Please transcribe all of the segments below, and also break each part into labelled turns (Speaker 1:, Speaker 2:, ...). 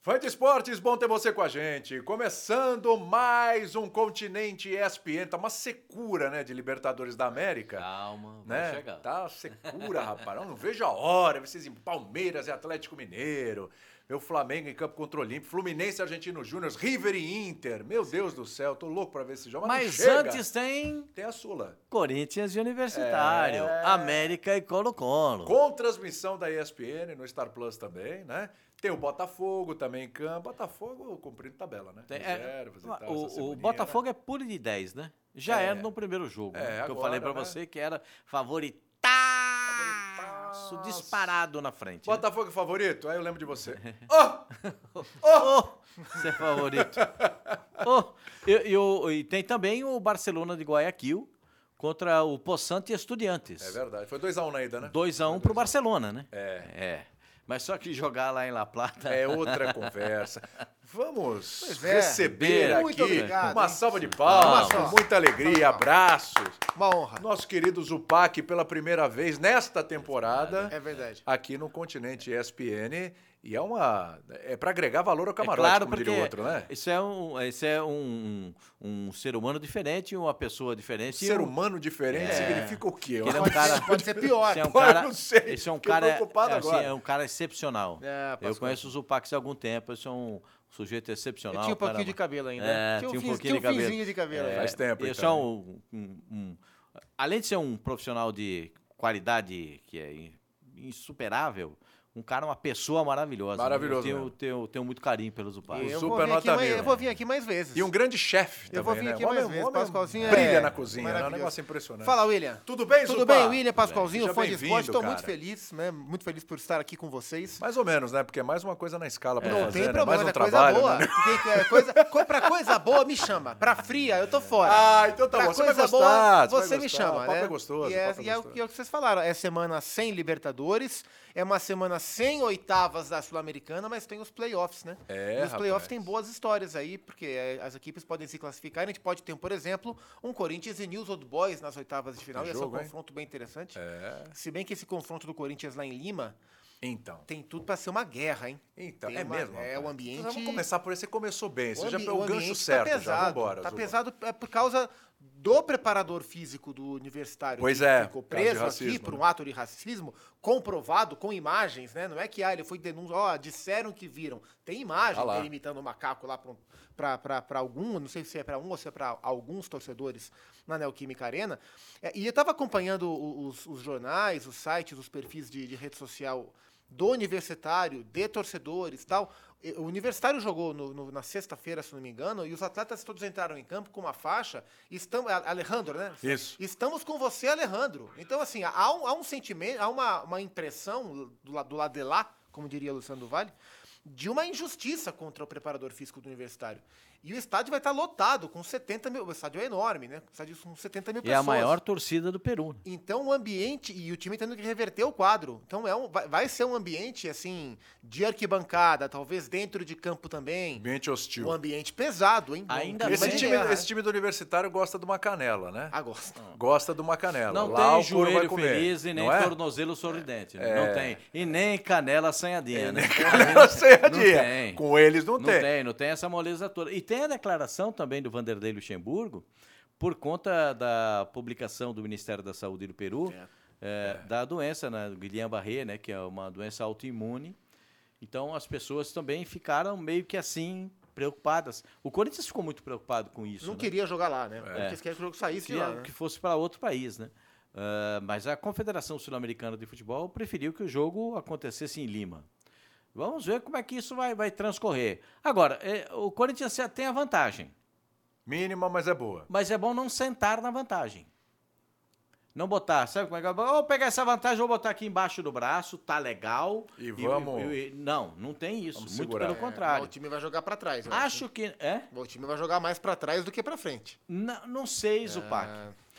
Speaker 1: Fã de esportes, bom ter você com a gente. Começando mais um continente ESPN. Tá uma secura, né, de Libertadores da América.
Speaker 2: Tá, Calma, vai
Speaker 1: né?
Speaker 2: chegar.
Speaker 1: Tá uma secura, rapaz. Eu não vejo a hora. Vocês em Palmeiras e Atlético Mineiro. Meu Flamengo em campo contra o Olímpico. Fluminense, Argentino Júnior, River e Inter. Meu Deus do céu, tô louco pra ver esse jogo. Mas,
Speaker 2: Mas
Speaker 1: não chega.
Speaker 2: antes tem
Speaker 1: Tem a Sula.
Speaker 2: Corinthians e Universitário,
Speaker 1: É.
Speaker 2: América e Colo-Colo.
Speaker 1: Com transmissão da ESPN no Star Plus também, né? Tem o Botafogo também em campo. Botafogo cumprindo tabela, né?
Speaker 2: Tem- é,
Speaker 1: Reservas e tal, essa
Speaker 2: o, o
Speaker 1: semaninha. né?
Speaker 2: Botafogo é puro de 10, né? Já
Speaker 1: É.
Speaker 2: era no primeiro jogo.
Speaker 1: É,
Speaker 2: né? que eu
Speaker 1: agora,
Speaker 2: falei pra
Speaker 1: né?
Speaker 2: você que era favoritaço, disparado na frente. né?
Speaker 1: Botafogo favorito? Aí eu lembro de você. Oh!
Speaker 2: Oh! Você é favorito. Oh! E, e o- e tem também o Barcelona de Guayaquil contra o Poçante Estudiantes.
Speaker 1: É verdade. Foi 2x1 um na ida, né?
Speaker 2: 2x1 pro Barcelona, né?
Speaker 1: É.
Speaker 2: É. Mas só que jogar lá em La Plata.
Speaker 1: É outra conversa. Vamos
Speaker 3: Pois é.
Speaker 1: receber aqui
Speaker 3: Muito obrigado,
Speaker 1: uma
Speaker 3: hein?
Speaker 1: salva de palmas,
Speaker 3: Vamos.
Speaker 1: com muita alegria, abraços.
Speaker 3: Uma honra.
Speaker 1: Nosso querido Zupac, pela primeira vez nesta temporada,
Speaker 3: É verdade.
Speaker 1: aqui no Continente ESPN. E é uma. É para agregar valor ao
Speaker 2: É
Speaker 1: camarote,
Speaker 2: claro,
Speaker 1: como
Speaker 2: porque
Speaker 1: diria o outro, né?
Speaker 2: isso é, um, isso é um, um ser humano diferente, uma pessoa diferente.
Speaker 1: Ser
Speaker 2: um-
Speaker 1: humano diferente significa o quê?
Speaker 2: ele é um
Speaker 3: Pode,
Speaker 2: cara-
Speaker 3: ser, pode ser pior.
Speaker 2: Esse é um
Speaker 1: Pô, eu
Speaker 2: cara,
Speaker 1: não sei,
Speaker 2: esse é um
Speaker 1: fiquei
Speaker 2: cara,
Speaker 1: preocupado
Speaker 2: é, assim,
Speaker 1: agora.
Speaker 2: é um cara excepcional.
Speaker 3: É,
Speaker 2: eu
Speaker 3: Pascoal.
Speaker 2: conheço o Zupax há algum tempo, esse é um sujeito excepcional.
Speaker 3: Eu tinha um pouquinho
Speaker 2: caramba.
Speaker 3: de cabelo ainda.
Speaker 2: É,
Speaker 3: tinha
Speaker 2: tinha
Speaker 3: um,
Speaker 2: um
Speaker 3: fins-
Speaker 2: pouquinho
Speaker 3: tinha um
Speaker 2: de cabelo.
Speaker 3: finzinho de cabelo.
Speaker 2: É,
Speaker 1: Faz tempo,
Speaker 2: eu
Speaker 1: então,
Speaker 2: sou um- um- um- além de ser um profissional de qualidade que é in- insuperável, um cara, uma pessoa maravilhosa. né?
Speaker 1: Maravilhoso
Speaker 2: Eu tenho,
Speaker 1: mesmo.
Speaker 2: tenho, tenho muito carinho pelo Zupac.
Speaker 3: E eu
Speaker 1: Super
Speaker 3: vou, vir aqui
Speaker 1: nota
Speaker 3: mais,
Speaker 1: mil.
Speaker 3: eu vou vir aqui mais vezes.
Speaker 1: E um grande chefe também,
Speaker 3: Eu vou vir
Speaker 1: né?
Speaker 3: aqui
Speaker 1: O homem-
Speaker 3: mais
Speaker 1: o
Speaker 3: vezes,
Speaker 1: homem
Speaker 3: Pascoalzinho é
Speaker 1: Brilha na cozinha, né? É um
Speaker 3: maravilhoso.
Speaker 1: negócio impressionante.
Speaker 3: Fala, William.
Speaker 1: Tudo bem,
Speaker 3: Tudo
Speaker 1: Zupa?
Speaker 3: bem, William Pascoalzinho,
Speaker 1: Seja
Speaker 3: fã de
Speaker 1: bem-vindo,
Speaker 3: esporte. Estou
Speaker 1: cara.
Speaker 3: muito feliz, né? Muito feliz por estar aqui com vocês.
Speaker 1: Mais ou menos, né? Porque é mais uma coisa na escala pra
Speaker 3: Não
Speaker 1: fazer,
Speaker 3: tem
Speaker 1: né?
Speaker 3: problema,
Speaker 1: mais um
Speaker 3: é coisa
Speaker 1: trabalho,
Speaker 3: boa.
Speaker 1: né?
Speaker 3: Tem que- é coisa, co- pra coisa boa, me chama. Pra fria, eu tô fora.
Speaker 1: Ah, então tá
Speaker 3: pra
Speaker 1: bom. Você vai
Speaker 3: coisa
Speaker 1: gostar.
Speaker 3: boa,
Speaker 1: vai
Speaker 3: você me
Speaker 1: gostar.
Speaker 3: chama,
Speaker 1: O papo
Speaker 3: né?
Speaker 1: é gostoso.
Speaker 3: E é,
Speaker 1: o papo é
Speaker 3: e é o
Speaker 1: gostoso.
Speaker 3: que é o que vocês falaram. É semana sem Libertadores, é uma semana sem oitavas da Sul-Americana, mas tem os playoffs, né?
Speaker 1: É,
Speaker 3: E os
Speaker 1: rapaz.
Speaker 3: playoffs têm boas histórias aí, porque é, as equipes podem se classificar. A gente pode ter, por exemplo, um Corinthians e News Old Boys nas oitavas de final.
Speaker 1: Tem
Speaker 3: Ia ser um
Speaker 1: jogo, hein?
Speaker 3: confronto bem interessante.
Speaker 1: É.
Speaker 3: Se bem que esse confronto do Corinthians lá em Lima
Speaker 1: Então.
Speaker 3: tem tudo pra ser uma guerra, hein?
Speaker 1: Então,
Speaker 3: Tem
Speaker 1: é
Speaker 3: uma-
Speaker 1: mesmo.
Speaker 3: é,
Speaker 1: rapaz.
Speaker 3: o ambiente-
Speaker 1: Então, vamos começar por aí. Você começou bem. Você
Speaker 3: O
Speaker 1: já
Speaker 3: ambi-
Speaker 1: pegou o
Speaker 3: ambiente
Speaker 1: gancho
Speaker 3: tá
Speaker 1: certo. já.
Speaker 3: pesado,
Speaker 1: Vambora,
Speaker 3: Tá
Speaker 1: Zupa.
Speaker 3: pesado é por causa do preparador físico do universitário
Speaker 1: Pois
Speaker 3: que
Speaker 1: é,
Speaker 3: ficou
Speaker 1: por causa de
Speaker 3: preso aqui
Speaker 1: racismo,
Speaker 3: por
Speaker 1: né?
Speaker 3: um ato de racismo comprovado com imagens, né? Não é que ah, ele foi denúncia, ó, disseram que viram. Tem imagem
Speaker 1: Ah lá.
Speaker 3: dele imitando o macaco lá pra um- pra pra- pra algum, não sei se é pra um ou se é pra alguns torcedores na Neoquímica Arena. É, e eu tava acompanhando o- os, os jornais, os sites, os perfis de, de rede social do universitário, de torcedores e tal. E- O universitário jogou no- no- na sexta-feira, se não me engano, e os atletas todos entraram em campo com uma faixa. Estamos, Alejandro, né?
Speaker 1: Isso.
Speaker 3: Estamos com você, Alejandro. Então, assim, há um, há um sentimento, há uma, uma impressão do, la- do lado de lá, como diria Luciano do Vale, de uma injustiça contra o preparador físico do universitário. E o estádio vai estar lotado com 70 mil. O estádio é enorme, né? O estádio com 70 mil
Speaker 2: E é
Speaker 3: pessoas.
Speaker 2: a maior torcida do Peru. né?
Speaker 3: Então o ambiente e o time tendo que reverter o quadro. Então é um, vai, vai ser um ambiente assim de arquibancada, talvez dentro de campo também.
Speaker 1: Ambiente hostil.
Speaker 3: Um ambiente pesado, hein?
Speaker 2: Ainda
Speaker 3: Um clima
Speaker 1: Esse
Speaker 3: de
Speaker 2: bem.
Speaker 1: time,
Speaker 3: guerra,
Speaker 1: esse time do universitário gosta de uma canela, né?
Speaker 3: né? Ah, gosta.
Speaker 1: Gosta de uma canela.
Speaker 2: Não
Speaker 1: É, Lá
Speaker 2: tem
Speaker 1: o couro vai
Speaker 2: joelho
Speaker 1: comer,
Speaker 2: feliz e nem
Speaker 1: não é?
Speaker 2: tornozelo sorridente. né? Não tem. E nem canela assanhadinha. né?
Speaker 1: É, Canela sem a
Speaker 2: Não
Speaker 1: dia.
Speaker 2: tem.
Speaker 1: Com eles não,
Speaker 2: Não tem. não tem essa moleza toda. E tem a declaração também do Vanderlei Luxemburgo, por conta da publicação do Ministério da Saúde do Peru,
Speaker 1: É.
Speaker 2: eh, da doença, né, do Guillain-Barré, né, que é uma doença autoimune. Então, as pessoas também ficaram meio que assim, preocupadas. O Corinthians ficou muito preocupado com isso.
Speaker 3: Não
Speaker 2: né?
Speaker 3: queria jogar lá, né?
Speaker 2: É.
Speaker 3: Eles querem que o jogo saísse de
Speaker 2: Queria
Speaker 3: lá. né?
Speaker 2: que fosse para outro país, né? Ah, mas a Confederação Sul-Americana de Futebol preferiu que o jogo acontecesse em Lima. Vamos ver como é que isso vai, vai transcorrer. Agora, eh, o Corinthians já tem a vantagem,
Speaker 1: Mínima, mas é boa.
Speaker 2: mas é bom não sentar na vantagem. Não botar, sabe como é que é? Vou pegar essa vantagem, vou botar aqui embaixo do braço, tá legal.
Speaker 1: E vamos-
Speaker 2: e- não, não tem isso.
Speaker 1: Vamos
Speaker 2: Muito
Speaker 1: segurar.
Speaker 2: pelo
Speaker 1: É,
Speaker 3: O
Speaker 2: contrário.
Speaker 3: time vai jogar pra trás. eu
Speaker 2: Acho que. É?
Speaker 3: O time vai jogar mais pra trás do que pra frente.
Speaker 2: Não, não sei, Zupac.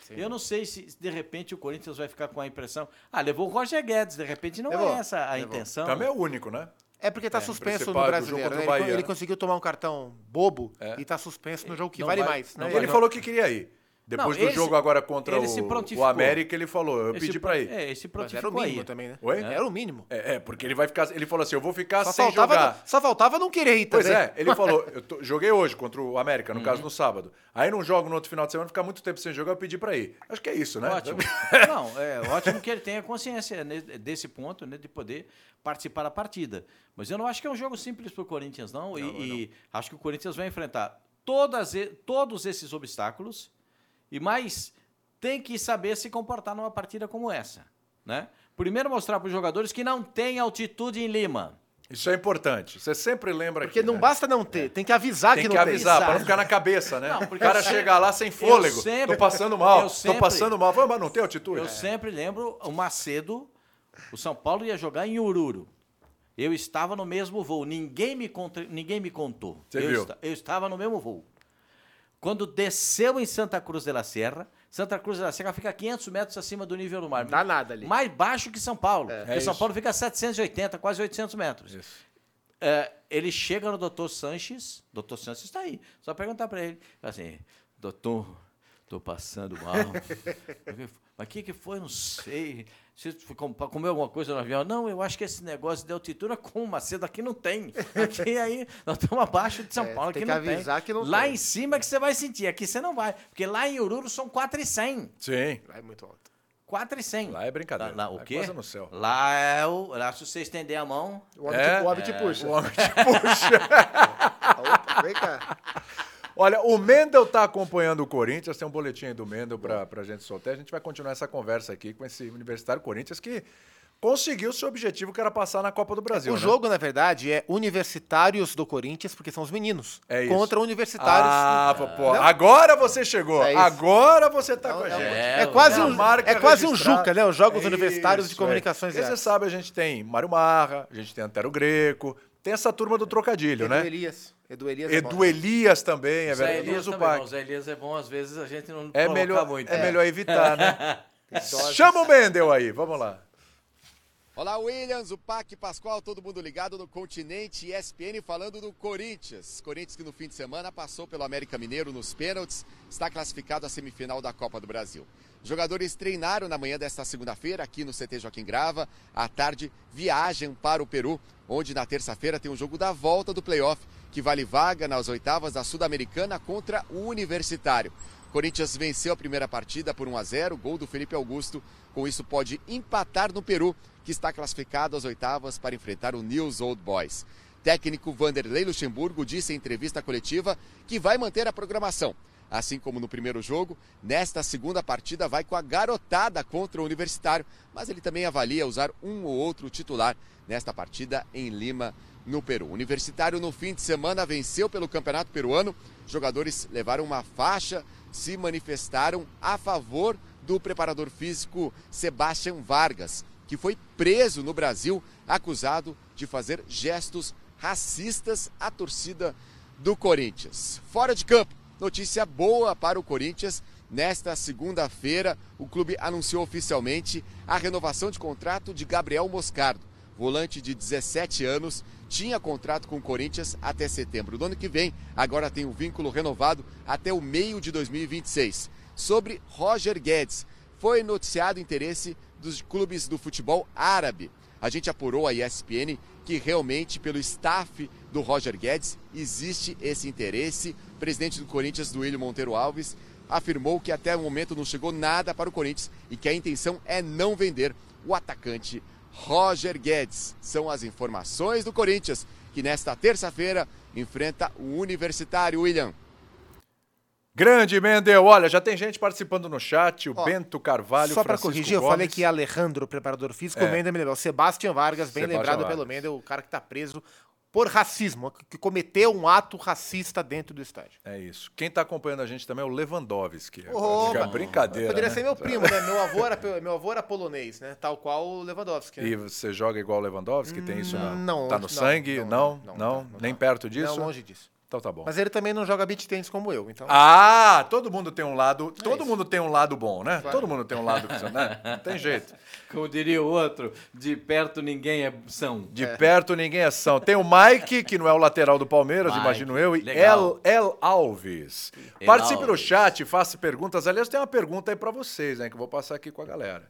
Speaker 3: Sim.
Speaker 2: Eu não sei se de repente o Corinthians vai ficar com a impressão. Ah, levou o Roger Guedes, de repente não
Speaker 3: Levou,
Speaker 2: é essa a
Speaker 3: levou.
Speaker 2: intenção.
Speaker 1: Também é o único, né?
Speaker 3: É porque tá
Speaker 1: É,
Speaker 3: suspenso
Speaker 1: principal
Speaker 3: no
Speaker 1: do
Speaker 3: brasileiro.
Speaker 1: jogo contra
Speaker 3: né?
Speaker 1: o
Speaker 3: Ele,
Speaker 1: Bahia,
Speaker 3: ele
Speaker 1: né?
Speaker 3: conseguiu tomar um cartão bobo
Speaker 1: É.
Speaker 3: e tá suspenso no jogo que
Speaker 2: Não
Speaker 3: vale
Speaker 2: vai-
Speaker 3: mais.
Speaker 2: não
Speaker 3: né?
Speaker 2: vai-
Speaker 1: Ele falou que queria ir. Depois
Speaker 2: Não,
Speaker 1: do
Speaker 2: ele
Speaker 1: jogo
Speaker 2: se-
Speaker 1: agora contra
Speaker 2: ele se
Speaker 1: o, o
Speaker 2: prontificou.
Speaker 1: América, ele falou, eu
Speaker 2: Esse
Speaker 1: pedi
Speaker 2: pro-
Speaker 1: pra ir. É.
Speaker 2: É, esse
Speaker 3: Mas era o
Speaker 2: prontificou
Speaker 3: mínimo
Speaker 2: aí.
Speaker 3: também, né?
Speaker 1: Oi?
Speaker 3: Era o mínimo.
Speaker 1: é, porque ele vai ficar. Ele falou assim: eu vou ficar
Speaker 3: Só
Speaker 1: sem
Speaker 3: faltava,
Speaker 1: jogar.
Speaker 3: só faltava não querer ir
Speaker 1: Pois
Speaker 3: também. Uhum.
Speaker 1: é, ele falou, eu tô- joguei hoje contra o América, no caso no sábado. Aí não jogo no outro final de semana, ficar muito tempo sem jogar, eu pedi pra ir. Acho que é isso, né?
Speaker 2: Ótimo. Não, é ótimo que ele tenha consciência né, desse ponto, né, de poder participar da partida. Mas eu não acho que é um jogo simples para o Corinthians, não. e, e acho que o Corinthians vai enfrentar todas, e- todos esses obstáculos e mais tem que saber se comportar numa partida como essa, né? Primeiro mostrar para os jogadores que não tem altitude em Lima.
Speaker 1: Isso é importante. Você sempre lembra
Speaker 3: Porque
Speaker 1: aqui,
Speaker 3: não
Speaker 1: né?
Speaker 3: basta não ter, tem que avisar
Speaker 1: Tem
Speaker 3: que
Speaker 1: que,
Speaker 3: não tem.
Speaker 1: avisar, pra não
Speaker 3: Exato.
Speaker 1: ficar na cabeça, né?
Speaker 2: Não,
Speaker 1: o
Speaker 2: porque
Speaker 1: cara
Speaker 2: eu sempre-
Speaker 1: chega lá sem
Speaker 2: eu
Speaker 1: fôlego.
Speaker 2: sempre-
Speaker 1: tô passando mal,
Speaker 2: eu sempre-
Speaker 1: tô passando mal. Mas não tem altitude? É.
Speaker 2: Eu sempre lembro o Macedo, o São Paulo ia jogar em Ururu. Eu estava no mesmo voo, ninguém me, conta, ninguém me contou.
Speaker 1: Você
Speaker 2: eu,
Speaker 1: viu?
Speaker 2: eu estava no mesmo voo. Quando desceu em Santa Cruz de la Serra, Santa Cruz de la Serra fica 500 metros acima do nível do mar.
Speaker 3: Não dá nada ali.
Speaker 2: Mais baixo que São Paulo. porque
Speaker 1: É
Speaker 2: São
Speaker 1: isso.
Speaker 2: Paulo fica a 780, quase 800 metros.
Speaker 1: Isso.
Speaker 2: É, ele chega no doutor Sanches, doutor Sanches está aí, só perguntar para ele, fala assim, doutor, tô passando mal, mas o que, que foi, não sei, você foi com- pra comer alguma coisa no avião? Não, eu acho que esse negócio de altitude, como Macedo, aqui não tem, aqui aí, nós estamos abaixo de São
Speaker 3: É,
Speaker 2: Paulo,
Speaker 3: tem
Speaker 2: aqui
Speaker 3: que
Speaker 2: não tem.
Speaker 3: avisar que não
Speaker 2: lá
Speaker 3: tem.
Speaker 2: em cima é que você vai sentir, aqui você não vai, porque lá em Ururu são 4,100,
Speaker 1: Sim.
Speaker 3: Lá é muito alto.
Speaker 2: 4,100.
Speaker 1: Lá é brincadeira,
Speaker 2: Tá, Lá, lá o
Speaker 1: é
Speaker 2: quê?
Speaker 1: coisa no céu.
Speaker 2: Lá é o, lá se você estender a mão...
Speaker 3: O homem,
Speaker 1: É?
Speaker 3: te, o homem te puxa.
Speaker 1: O homem te puxa.
Speaker 3: Opa, vem cá.
Speaker 1: Olha, o Mendel tá acompanhando o Corinthians, tem um boletim aí do Mendel pra, pra gente soltar. A gente vai continuar essa conversa aqui com esse Universitário Corinthians que conseguiu seu objetivo, que era passar na Copa do Brasil.
Speaker 3: O
Speaker 1: né?
Speaker 3: jogo, na verdade, é Universitários do Corinthians, porque são os meninos.
Speaker 1: É isso.
Speaker 3: Contra Universitários.
Speaker 1: Ah, pô,
Speaker 3: Não?
Speaker 1: agora você chegou.
Speaker 3: É isso.
Speaker 1: agora você tá com a
Speaker 3: É,
Speaker 1: gente.
Speaker 2: é,
Speaker 3: é quase,
Speaker 2: é a
Speaker 3: um,
Speaker 1: marca
Speaker 3: é quase um
Speaker 1: registrada.
Speaker 3: Juca, né? Os Jogos
Speaker 1: É
Speaker 3: Universitários de
Speaker 1: isso,
Speaker 3: Comunicações
Speaker 1: é.
Speaker 3: e
Speaker 1: E Você
Speaker 3: Artes.
Speaker 1: sabe, a gente tem Mário Marra, a gente tem Antero Greco, tem essa turma do trocadilho, né?
Speaker 3: Elias. Edu Elias. é bom.
Speaker 1: Edu Elias também, é
Speaker 2: Zé
Speaker 1: verdade.
Speaker 2: Elias
Speaker 1: Usa o
Speaker 2: também,
Speaker 1: pai.
Speaker 2: não. Zé Elias é bom, às vezes a gente não
Speaker 1: É
Speaker 2: provoca
Speaker 1: melhor,
Speaker 2: muito.
Speaker 1: é
Speaker 2: né?
Speaker 1: melhor evitar, né?
Speaker 3: Doses.
Speaker 1: Chama o Mendel aí, vamos lá.
Speaker 4: Olá, Williams, o Pac Pascoal, todo mundo ligado no Continente ESPN falando do Corinthians. Corinthians que no fim de semana passou pelo América Mineiro nos pênaltis, está classificado à semifinal da Copa do Brasil. Jogadores treinaram na manhã desta segunda-feira aqui no CT Joaquim Grava. À tarde, viajam para o Peru, onde na terça-feira tem um jogo da volta do playoff que vale vaga nas oitavas da Sul-Americana contra o Universitário. Corinthians venceu a primeira partida por 1 a 0, gol do Felipe Augusto. Com isso pode empatar no Peru, que está classificado às oitavas para enfrentar o News Old Boys. Técnico Vanderlei Luxemburgo disse em entrevista coletiva que vai manter a programação. Assim como no primeiro jogo, nesta segunda partida vai com a garotada contra o Universitário, mas ele também avalia usar um ou outro titular nesta partida em Lima, no Peru. O Universitário no fim de semana venceu pelo Campeonato Peruano. Jogadores levaram uma faixa, se manifestaram a favor do preparador físico Sebastian Vargas, que foi preso no Brasil, acusado de fazer gestos racistas à torcida do Corinthians. Fora de campo, notícia boa para o Corinthians. Nesta segunda-feira, o clube anunciou oficialmente a renovação de contrato de Gabriel Moscardo volante de 17 anos, tinha contrato com o Corinthians até setembro do ano que vem, agora tem o vínculo renovado até o meio de 2026. Sobre Roger Guedes, foi noticiado interesse dos clubes do futebol árabe. A gente apurou a ESPN que realmente, pelo staff do Roger Guedes, existe esse interesse. O presidente do Corinthians, Duílio Monteiro Alves, afirmou que até o momento não chegou nada para o Corinthians e que a intenção é não vender o atacante Roger Guedes. São as informações do Corinthians, que nesta terça-feira enfrenta o Universitário William.
Speaker 1: Grande Mendel, olha, já tem gente participando no chat, o
Speaker 3: Ó,
Speaker 1: Bento Carvalho,
Speaker 3: Só pra
Speaker 1: Francisco
Speaker 3: corrigir, eu
Speaker 1: Gomes. É.
Speaker 3: falei que Alejandro, preparador físico, o Mendel me lembrou. Sebastian Vargas, bem
Speaker 1: Sebastian
Speaker 3: lembrado
Speaker 1: Vargas.
Speaker 3: pelo Mendel, o cara que tá preso por racismo, que cometeu um ato racista dentro do estádio.
Speaker 1: É isso. Quem tá acompanhando a gente também é o Lewandowski.
Speaker 3: Opa!
Speaker 1: Fica brincadeira.
Speaker 3: Poderia
Speaker 1: né?
Speaker 3: ser meu primo, né? Meu avô, era, meu avô era polonês, né? Tal qual o Lewandowski. Né?
Speaker 1: E você joga igual o Lewandowski? Tem isso? na-
Speaker 3: Não,
Speaker 1: Tá no
Speaker 3: não,
Speaker 1: sangue? Não?
Speaker 3: não,
Speaker 1: Não?
Speaker 3: não, não, não.
Speaker 1: Nem perto disso?
Speaker 3: Não, longe disso.
Speaker 1: Então tá bom.
Speaker 3: Mas é ele também não joga beat tênis como eu, então.
Speaker 1: Ah, todo mundo tem um lado. todo
Speaker 3: É isso.
Speaker 1: mundo tem um lado bom, né? Todo mundo tem um lado que né? Não tem jeito.
Speaker 2: Como diria o outro, de perto ninguém é são.
Speaker 1: De perto ninguém é são. Tem o Mike, que não é o lateral do Palmeiras,
Speaker 2: Mike,
Speaker 1: imagino eu, e El,
Speaker 2: legal.
Speaker 1: El Alves.
Speaker 2: El
Speaker 1: Participe do
Speaker 2: Alves.
Speaker 1: chat, faça perguntas. Aliás, tem uma pergunta aí pra vocês, né, que eu vou passar aqui com a galera.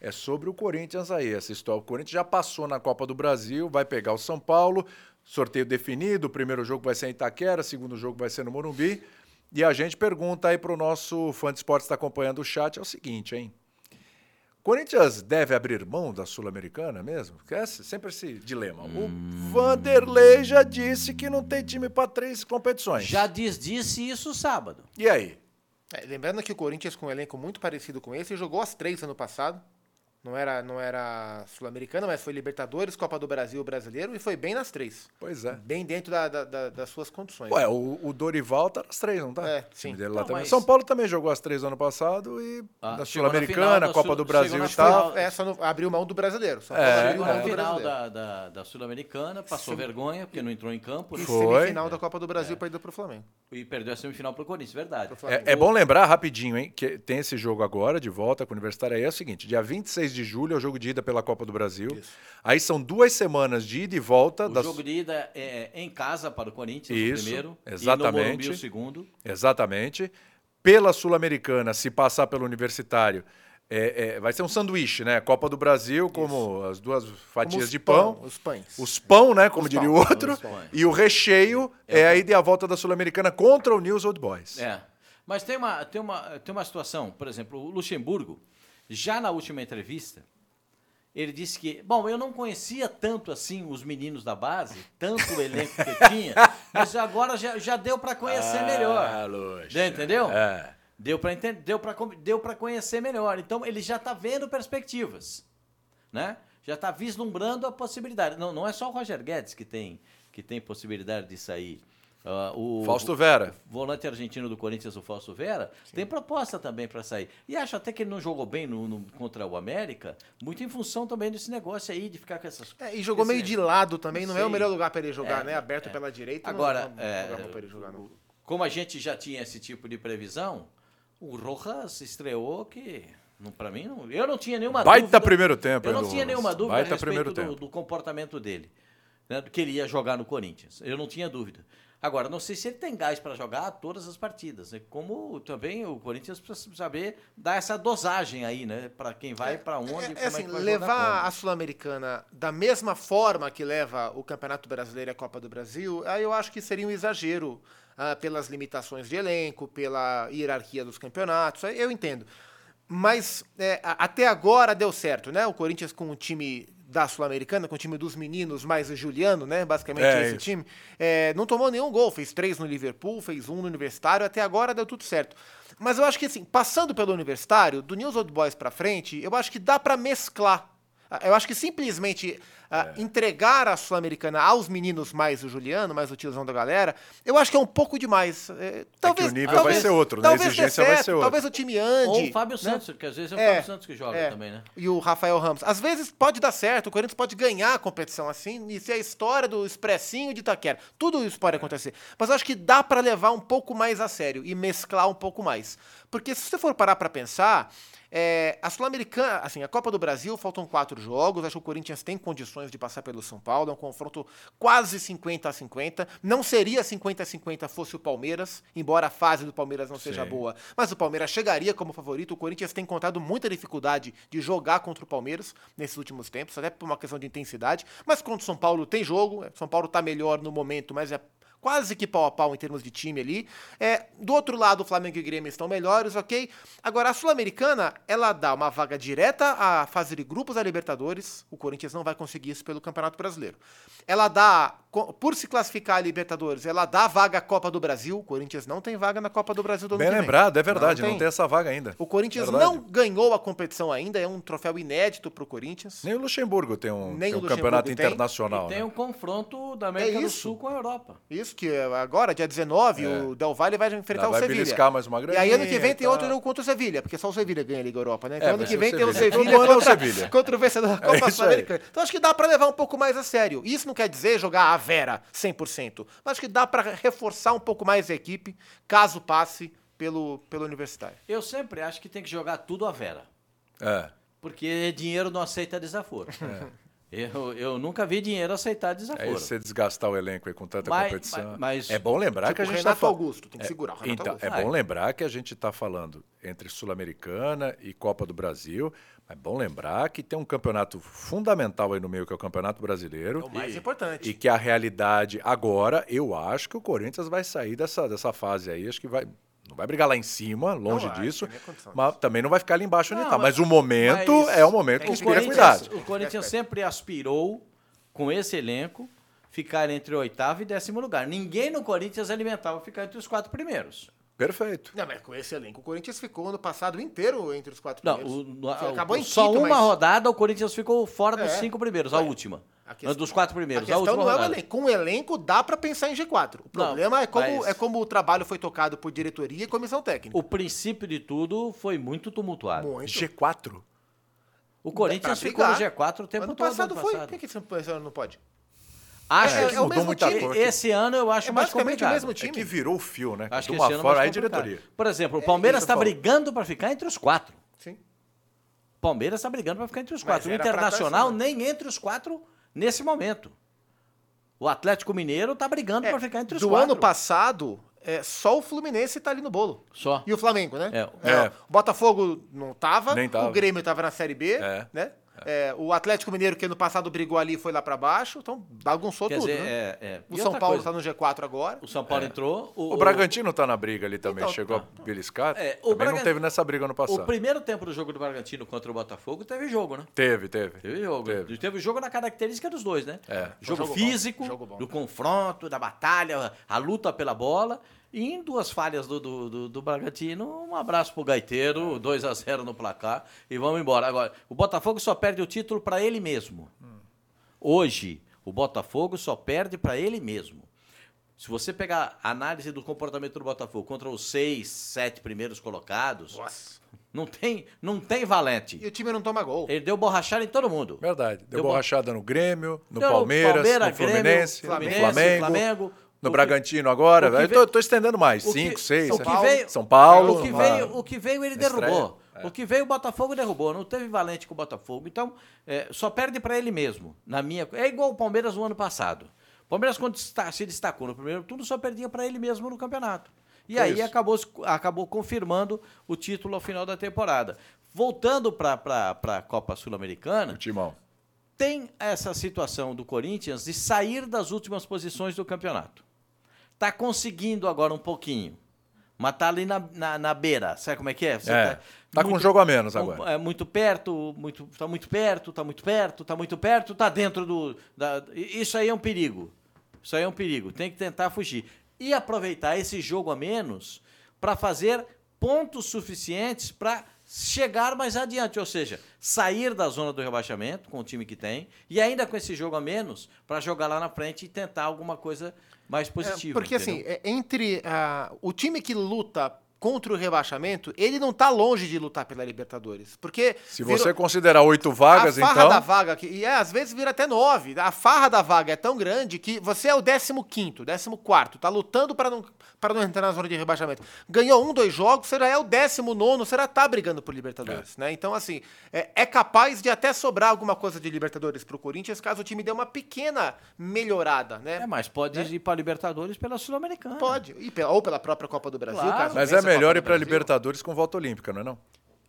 Speaker 1: É sobre o Corinthians aí, essa história. O Corinthians já passou na Copa do Brasil, vai pegar o São Paulo, sorteio definido, o primeiro jogo vai ser em Itaquera, o segundo jogo vai ser no Morumbi. E a gente pergunta aí pro nosso fã de esportes que está acompanhando o chat, é o seguinte, hein? Corinthians deve abrir mão da Sul-Americana mesmo? Porque é esse- sempre esse dilema. O Vanderlei já disse que não tem time para três competições.
Speaker 2: Já diz, disse isso sábado.
Speaker 1: E aí?
Speaker 3: É, lembrando que o Corinthians, com um elenco muito parecido com esse, jogou as três ano passado. Não era, não era Sul-Americana, mas foi Libertadores, Copa do Brasil brasileiro e foi bem nas três.
Speaker 1: Pois é.
Speaker 3: Bem dentro da- da- da- das suas condições.
Speaker 1: Ué, o, o Dorival tá nas três, não tá?
Speaker 3: É,
Speaker 1: O time
Speaker 3: sim.
Speaker 1: dele lá
Speaker 2: Não,
Speaker 1: também.
Speaker 2: mas-
Speaker 1: São Paulo também jogou as três ano passado e
Speaker 2: Ah,
Speaker 1: na
Speaker 2: chegou na
Speaker 1: Sul-Americana,
Speaker 2: final da
Speaker 1: Copa
Speaker 2: Sul-
Speaker 1: do
Speaker 2: chegou
Speaker 1: Brasil
Speaker 2: na
Speaker 1: e tal.
Speaker 2: final.
Speaker 3: É, só não- abriu mão do brasileiro. Só
Speaker 1: É,
Speaker 3: abriu
Speaker 2: Chegou
Speaker 3: mão
Speaker 2: na
Speaker 3: do
Speaker 2: final
Speaker 3: brasileiro.
Speaker 2: da, da, da Sul-Americana, passou vergonha, porque não entrou em campo.
Speaker 3: E
Speaker 2: né?
Speaker 1: Foi.
Speaker 3: semifinal da Copa do Brasil perdeu pro Flamengo.
Speaker 2: E perdeu a semifinal pro Corinthians, verdade.
Speaker 3: Pro Flamengo.
Speaker 1: É, é bom lembrar rapidinho, hein? Que tem esse jogo agora, de volta com o Universitário. Aí é o seguinte: dia 26 de julho é o jogo de ida pela Copa do Brasil. Aí são duas semanas de ida e volta.
Speaker 2: O
Speaker 1: das-
Speaker 2: jogo de ida é em casa para o Corinthians,
Speaker 1: Isso,
Speaker 2: o primeiro. E no
Speaker 1: exatamente.
Speaker 2: Morumbi, o segundo.
Speaker 1: Exatamente. Pela Sul-Americana, se passar pelo Universitário, é- é, vai ser um sanduíche, né? Copa do Brasil, como as duas
Speaker 3: Como
Speaker 1: fatias
Speaker 3: os
Speaker 1: de pão.
Speaker 3: pão, os pães.
Speaker 1: Os pão, né? Como
Speaker 3: Os
Speaker 1: diria
Speaker 3: pão,
Speaker 1: o outro.
Speaker 2: os pães.
Speaker 1: E o recheio é, a ida e a volta da Sul-Americana contra o News Old Boys.
Speaker 2: É. Mas tem uma, tem, uma, tem uma situação, por exemplo, o Luxemburgo, já na última entrevista, ele disse que, bom, eu não conhecia tanto assim os meninos da base, tanto o elenco que eu tinha, mas agora já, já deu para conhecer melhor.
Speaker 1: Luxa.
Speaker 2: Entendeu?
Speaker 1: Ah, É.
Speaker 2: Deu para entender, deu para deu para conhecer melhor. Então ele já está vendo perspectivas, né? Já está vislumbrando a possibilidade. Não, não é só o Roger Guedes que tem que tem possibilidade de sair. Ah, o
Speaker 1: Fausto Vera.
Speaker 2: volante argentino do Corinthians, o Fausto Vera, tem proposta também para sair. E acho até que ele não jogou bem no, no- contra o América, muito em função também desse negócio aí de ficar com essas.
Speaker 3: É, e jogou
Speaker 2: esse-
Speaker 3: meio de lado também, não, é o
Speaker 2: sei.
Speaker 3: melhor lugar pra ele jogar,
Speaker 2: É,
Speaker 3: né? Aberto pela direita. não-
Speaker 2: Agora,
Speaker 3: não, é um
Speaker 2: é,
Speaker 3: lugar bom pra ele jogar, não.
Speaker 2: como a gente já tinha esse tipo de previsão, o Rojas estreou que, para mim, não, eu não tinha nenhuma
Speaker 1: Baita
Speaker 2: dúvida.
Speaker 1: primeiro tempo,
Speaker 2: Eu
Speaker 1: hein,
Speaker 2: não
Speaker 1: do
Speaker 2: tinha
Speaker 1: Rojas.
Speaker 2: nenhuma dúvida
Speaker 1: Baita
Speaker 2: a respeito
Speaker 1: primeiro
Speaker 2: do,
Speaker 1: tempo.
Speaker 2: do comportamento dele, né, do que ele ia jogar no Corinthians. Eu não tinha dúvida. Agora, não sei se ele tem gás para jogar todas as partidas, né? Como também o Corinthians precisa saber dar essa dosagem aí, né? Para quem vai, para onde,
Speaker 3: É,
Speaker 2: como
Speaker 3: é assim,
Speaker 2: que vai jogar
Speaker 3: levar
Speaker 2: quando.
Speaker 3: a Sul-Americana da mesma forma que leva o Campeonato Brasileiro e a Copa do Brasil, aí eu acho que seria um exagero ah, pelas limitações de elenco, pela hierarquia dos campeonatos, aí eu entendo. Mas é, a- até agora deu certo, né? O Corinthians com o time da Sul-Americana, com o time dos meninos mais o Juliano, né? Basicamente
Speaker 1: É
Speaker 3: esse
Speaker 1: isso.
Speaker 3: time. é, não tomou nenhum gol, fez três no Liverpool, fez um no Universitário, até agora deu tudo certo. Mas eu acho que assim, passando pelo Universitário, do News Old Boys pra frente, eu acho que dá pra mesclar. Ah, Eu acho que simplesmente ah,
Speaker 1: É.
Speaker 3: entregar a Sul-Americana aos meninos mais o Juliano, mais o tiozão da galera, eu acho que é um pouco demais. É, talvez,
Speaker 1: o nível
Speaker 3: talvez-
Speaker 1: vai ser outro, né? A
Speaker 3: talvez dê
Speaker 1: exigência vai
Speaker 3: certo,
Speaker 1: ser outra.
Speaker 3: Talvez o time ande.
Speaker 2: Ou o Fábio
Speaker 3: né?
Speaker 2: Santos, que às vezes é o
Speaker 3: É,
Speaker 2: Fábio Santos que joga
Speaker 3: é.
Speaker 2: também, né?
Speaker 3: E o Rafael Ramos. Às vezes pode dar certo, o Corinthians pode ganhar a competição assim, e ser a história do expressinho de Itaquera. Tudo isso pode acontecer. Mas eu acho que dá pra levar um pouco mais a sério e mesclar um pouco mais. Porque se você for parar pra pensar, é, a Sul-Americana, assim, a Copa do Brasil, faltam quatro jogos, acho que o Corinthians tem condições de passar pelo São Paulo, é um confronto quase 50 a 50. Não seria 50 a 50 fosse o Palmeiras, embora a fase do Palmeiras não seja
Speaker 1: Sim.
Speaker 3: boa boa. Mas o Palmeiras chegaria como favorito. O Corinthians tem encontrado muita dificuldade de jogar contra o Palmeiras nesses últimos tempos, até por uma questão de intensidade. Mas contra o São Paulo tem jogo. O São Paulo tá melhor no momento, mas é quase que pau a pau em termos de time ali. É, do outro lado, o Flamengo e o Grêmio estão melhores, ok? Agora, a Sul-Americana, ela dá uma vaga direta à fase de grupos da Libertadores. O Corinthians não vai conseguir isso pelo Campeonato Brasileiro. Ela dá, co- por se classificar a Libertadores, ela dá vaga à Copa do Brasil. O Corinthians não tem vaga na Copa do Brasil do ano
Speaker 1: Bem
Speaker 3: que vem.
Speaker 1: lembrado, é verdade, não tem.
Speaker 3: tem.
Speaker 1: essa vaga ainda. É
Speaker 3: O Corinthians
Speaker 1: Verdade.
Speaker 3: não ganhou a competição ainda, é um troféu inédito pro Corinthians.
Speaker 1: Nem o Luxemburgo tem um, tem
Speaker 3: Nem o
Speaker 1: um
Speaker 3: Luxemburgo
Speaker 1: campeonato
Speaker 3: tem.
Speaker 1: internacional.
Speaker 2: E tem
Speaker 1: né?
Speaker 2: um confronto da América do
Speaker 3: É isso.
Speaker 2: Sul com a Europa.
Speaker 3: Isso. que é agora, dia 19,
Speaker 1: É.
Speaker 3: o Del Valle vai enfrentar
Speaker 1: Dá-
Speaker 3: o
Speaker 1: vai
Speaker 3: Sevilha.
Speaker 1: beliscar mais uma
Speaker 3: E aí ano que
Speaker 1: graninha
Speaker 3: vem
Speaker 1: e
Speaker 3: tem outro
Speaker 1: tal.
Speaker 3: jogo contra o Sevilha, porque só o Sevilha ganha a Liga Europa, né? Então
Speaker 1: É,
Speaker 3: ano
Speaker 1: vai
Speaker 3: que
Speaker 1: ser o
Speaker 3: vem tem o
Speaker 1: Sevilha.
Speaker 3: Sevilha,
Speaker 1: Todo ano é o
Speaker 3: contra,
Speaker 1: Sevilha. É
Speaker 3: contra o vencedor da
Speaker 1: isso
Speaker 3: Copa
Speaker 1: aí.
Speaker 3: Sul-Americana. Então acho que dá pra levar um pouco mais a sério. Isso não quer dizer jogar a Vera 100%, mas acho que dá pra reforçar um pouco mais a equipe, caso passe pelo, pelo Universitário.
Speaker 2: Eu sempre acho que tem que jogar tudo à vera.
Speaker 1: É.
Speaker 2: Porque dinheiro não aceita desaforo. Eu, eu nunca vi dinheiro aceitar
Speaker 3: Tá
Speaker 1: Aí
Speaker 2: desaforo.
Speaker 1: É você desgastar o elenco aí com tanta
Speaker 2: Mas-
Speaker 1: competição.
Speaker 2: mas- mas-
Speaker 1: é bom lembrar
Speaker 3: Tipo
Speaker 1: que a
Speaker 3: o
Speaker 1: gente
Speaker 3: Renato
Speaker 1: tá fal-
Speaker 3: Augusto, tem que segurar o Renato
Speaker 1: Então,
Speaker 3: Augusto.
Speaker 1: é bom lembrar que a gente está falando entre Sul-Americana e Copa do Brasil. É bom lembrar que tem um campeonato fundamental aí no meio, que é o Campeonato Brasileiro.
Speaker 3: É o mais
Speaker 1: E-
Speaker 3: importante.
Speaker 1: E que a realidade agora, eu acho que o Corinthians vai sair dessa, dessa fase aí. Acho que vai. Não vai brigar lá em cima, longe
Speaker 3: vai,
Speaker 1: disso.
Speaker 3: não tem nem é condição
Speaker 1: Mas também não vai ficar ali embaixo onde
Speaker 2: Não,
Speaker 1: está. Mas
Speaker 2: mas-
Speaker 1: o momento
Speaker 2: mas
Speaker 1: é o momento
Speaker 3: tem
Speaker 1: que
Speaker 2: O
Speaker 3: que
Speaker 1: inspira
Speaker 3: esperar.
Speaker 1: cuidado.
Speaker 2: Corinthians, o
Speaker 3: É
Speaker 2: Corinthians sempre aspirou, com esse elenco, ficar entre oitavo e décimo lugar. Ninguém no Corinthians alimentava ficar entre os quatro primeiros.
Speaker 1: Perfeito.
Speaker 3: Não, mas com esse elenco, o Corinthians ficou ano passado inteiro entre os quatro
Speaker 2: Não,
Speaker 3: primeiros.
Speaker 2: o-
Speaker 3: Você
Speaker 2: a-
Speaker 3: acabou em
Speaker 2: só
Speaker 3: quinto,
Speaker 2: uma
Speaker 3: mas
Speaker 2: rodada o Corinthians ficou fora dos
Speaker 3: É.
Speaker 2: cinco primeiros, a última.
Speaker 3: A questão-
Speaker 2: dos quatro
Speaker 3: A
Speaker 2: primeiros, a,
Speaker 3: questão
Speaker 2: última
Speaker 3: não é o
Speaker 2: rodada.
Speaker 3: elenco. Com o elenco dá pra pensar em G4. O problema é, como,
Speaker 2: mas-
Speaker 3: é como o trabalho foi tocado por diretoria e comissão técnica.
Speaker 2: O princípio de tudo foi muito tumultuado.
Speaker 3: Muito.
Speaker 1: G4.
Speaker 2: O Corinthians
Speaker 3: Pra
Speaker 2: ficou no
Speaker 3: brigar.
Speaker 2: G4 o tempo
Speaker 3: ano
Speaker 2: todo.
Speaker 3: passado
Speaker 2: ano
Speaker 3: foi.
Speaker 2: passado.
Speaker 3: Por que que esse ano não pode?
Speaker 2: Acho
Speaker 1: É,
Speaker 2: que
Speaker 1: que mudou muita
Speaker 3: time.
Speaker 1: coisa.
Speaker 2: esse ano eu acho
Speaker 3: É
Speaker 2: mais
Speaker 3: basicamente o
Speaker 2: complicado.
Speaker 3: mesmo
Speaker 1: É que
Speaker 3: time.
Speaker 1: virou o fio, né?
Speaker 2: Acho
Speaker 1: de
Speaker 2: que
Speaker 1: uma
Speaker 2: esse ano é
Speaker 1: fora aí
Speaker 2: mais complicado.
Speaker 1: diretoria.
Speaker 2: Por exemplo, o
Speaker 3: É,
Speaker 2: Palmeiras
Speaker 1: isso
Speaker 2: está
Speaker 1: eu falo.
Speaker 2: brigando para ficar entre os quatro.
Speaker 3: Sim.
Speaker 2: O Palmeiras está brigando para ficar entre os
Speaker 3: Mas
Speaker 2: quatro. O
Speaker 3: era pra tá
Speaker 2: Internacional
Speaker 3: assim,
Speaker 2: nem entre os quatro nesse momento. O Atlético Mineiro está brigando
Speaker 3: É,
Speaker 2: para ficar entre os
Speaker 3: Do
Speaker 2: quatro.
Speaker 3: ano passado, é, só o Fluminense tá ali no bolo.
Speaker 2: Só.
Speaker 3: E o Flamengo, né?
Speaker 2: É.
Speaker 1: É.
Speaker 3: O Botafogo não tava,
Speaker 1: Nem tava.
Speaker 3: o Grêmio tava na Série B,
Speaker 1: É.
Speaker 3: né? É, o Atlético Mineiro, que ano passado brigou ali, foi lá pra baixo. Então, bagunçou
Speaker 2: Quer
Speaker 3: tudo,
Speaker 2: dizer,
Speaker 3: né?
Speaker 2: é, é.
Speaker 3: O
Speaker 2: E
Speaker 3: São
Speaker 2: outra
Speaker 3: Paulo
Speaker 2: coisa,
Speaker 3: tá É. no G4 agora.
Speaker 2: O São Paulo entrou. O,
Speaker 1: O Bragantino tá na briga ali também,
Speaker 3: Então,
Speaker 1: chegou a beliscar.
Speaker 2: É, o
Speaker 1: também
Speaker 2: Braga-
Speaker 1: não teve nessa briga no
Speaker 2: o
Speaker 1: passado.
Speaker 2: primeiro tempo do jogo do Bragantino contra o Botafogo teve jogo, né?
Speaker 1: Teve, teve.
Speaker 2: Teve jogo. Teve,
Speaker 1: Teve.
Speaker 2: jogo na característica dos dois, né?
Speaker 1: É.
Speaker 2: Jogo,
Speaker 3: Jogo bom,
Speaker 2: físico,
Speaker 3: jogo bom.
Speaker 2: do confronto, da batalha, a luta pela bola. E em duas falhas do, do, do, do Bragantino, um abraço pro Gaiteiro, 2 a 0 no placar e vamos embora. Agora, o Botafogo só perde o título para ele mesmo. Hoje, o Botafogo só perde para ele mesmo. Se você pegar a análise do comportamento do Botafogo contra os seis, sete primeiros colocados,
Speaker 3: Nossa.
Speaker 2: não tem, não tem valente.
Speaker 3: E o time não toma gol.
Speaker 2: Ele deu borrachada em todo mundo.
Speaker 1: Verdade. Deu
Speaker 2: Deu bom.
Speaker 1: borrachada no Grêmio, no
Speaker 2: Não,
Speaker 1: Palmeiras,
Speaker 2: Palmeira,
Speaker 1: no Fluminense,
Speaker 2: Grêmio,
Speaker 1: no
Speaker 2: Fluminense,
Speaker 1: Flamengo,
Speaker 2: Flamengo.
Speaker 1: no
Speaker 2: O que-
Speaker 1: Bragantino agora.
Speaker 2: o que
Speaker 1: velho.
Speaker 2: veio-
Speaker 1: Tô, tô estendendo mais.
Speaker 2: o que-
Speaker 1: Cinco, seis.
Speaker 2: o que
Speaker 1: São Paulo.
Speaker 2: veio-
Speaker 1: São Paulo.
Speaker 2: O que
Speaker 1: uma-
Speaker 2: veio, o que veio ele
Speaker 1: na estreia. é.
Speaker 2: derrubou. O que veio o Botafogo derrubou. Não teve valente com o Botafogo. Então, é, só perde para ele mesmo. Na minha, é igual o Palmeiras no ano passado. O Palmeiras, quando está- se destacou no primeiro turno, só perdia para ele mesmo no campeonato. E
Speaker 1: É
Speaker 2: aí
Speaker 1: isso.
Speaker 2: acabou, se- acabou confirmando o título ao final da temporada. Voltando para a Copa Sul-Americana,
Speaker 1: O Timão.
Speaker 2: tem essa situação do Corinthians de sair das últimas posições do campeonato. Tá conseguindo agora um pouquinho. Mas tá ali na, na, na beira. Sabe como é que é? Você
Speaker 1: É, tá com um jogo a menos
Speaker 2: um-
Speaker 1: agora.
Speaker 2: É muito perto, muito, tá muito perto, tá muito perto, tá muito perto, tá dentro do. da- i- isso aí é um perigo. Isso aí é um perigo. Tem que tentar fugir. E aproveitar esse jogo a menos para fazer pontos suficientes para chegar mais adiante, ou seja, sair da zona do rebaixamento com o time que tem e ainda com esse jogo a menos para jogar lá na frente e tentar alguma coisa mais positiva.
Speaker 3: É, porque assim,
Speaker 2: entendeu?
Speaker 3: é, entre ah, o time que luta contra o rebaixamento, ele não tá longe de lutar pela Libertadores. Porque
Speaker 1: Se
Speaker 3: virou-
Speaker 1: você considerar oito vagas,
Speaker 3: a farra
Speaker 1: então.
Speaker 3: da vaga, que, e é, às vezes vira até nove, a farra da vaga é tão grande que você é o 15º, 14º, tá lutando para não, pra não entrar na zona de rebaixamento. Ganhou um, dois jogos, você já é o 19º, você já tá brigando por Libertadores, né? Então, assim, é, é capaz de até sobrar alguma coisa de Libertadores pro Corinthians, caso o time dê uma pequena melhorada, né?
Speaker 2: É, mas pode ir para Libertadores pela Sul-Americana.
Speaker 3: Pode. E pela- ou pela própria Copa do Brasil,
Speaker 2: Claro.
Speaker 3: caso
Speaker 1: Mas
Speaker 3: vença
Speaker 1: é
Speaker 3: a Copa
Speaker 1: melhor
Speaker 3: do
Speaker 1: ir pra
Speaker 3: Brasil.
Speaker 1: Libertadores com volta olímpica, não é? Não?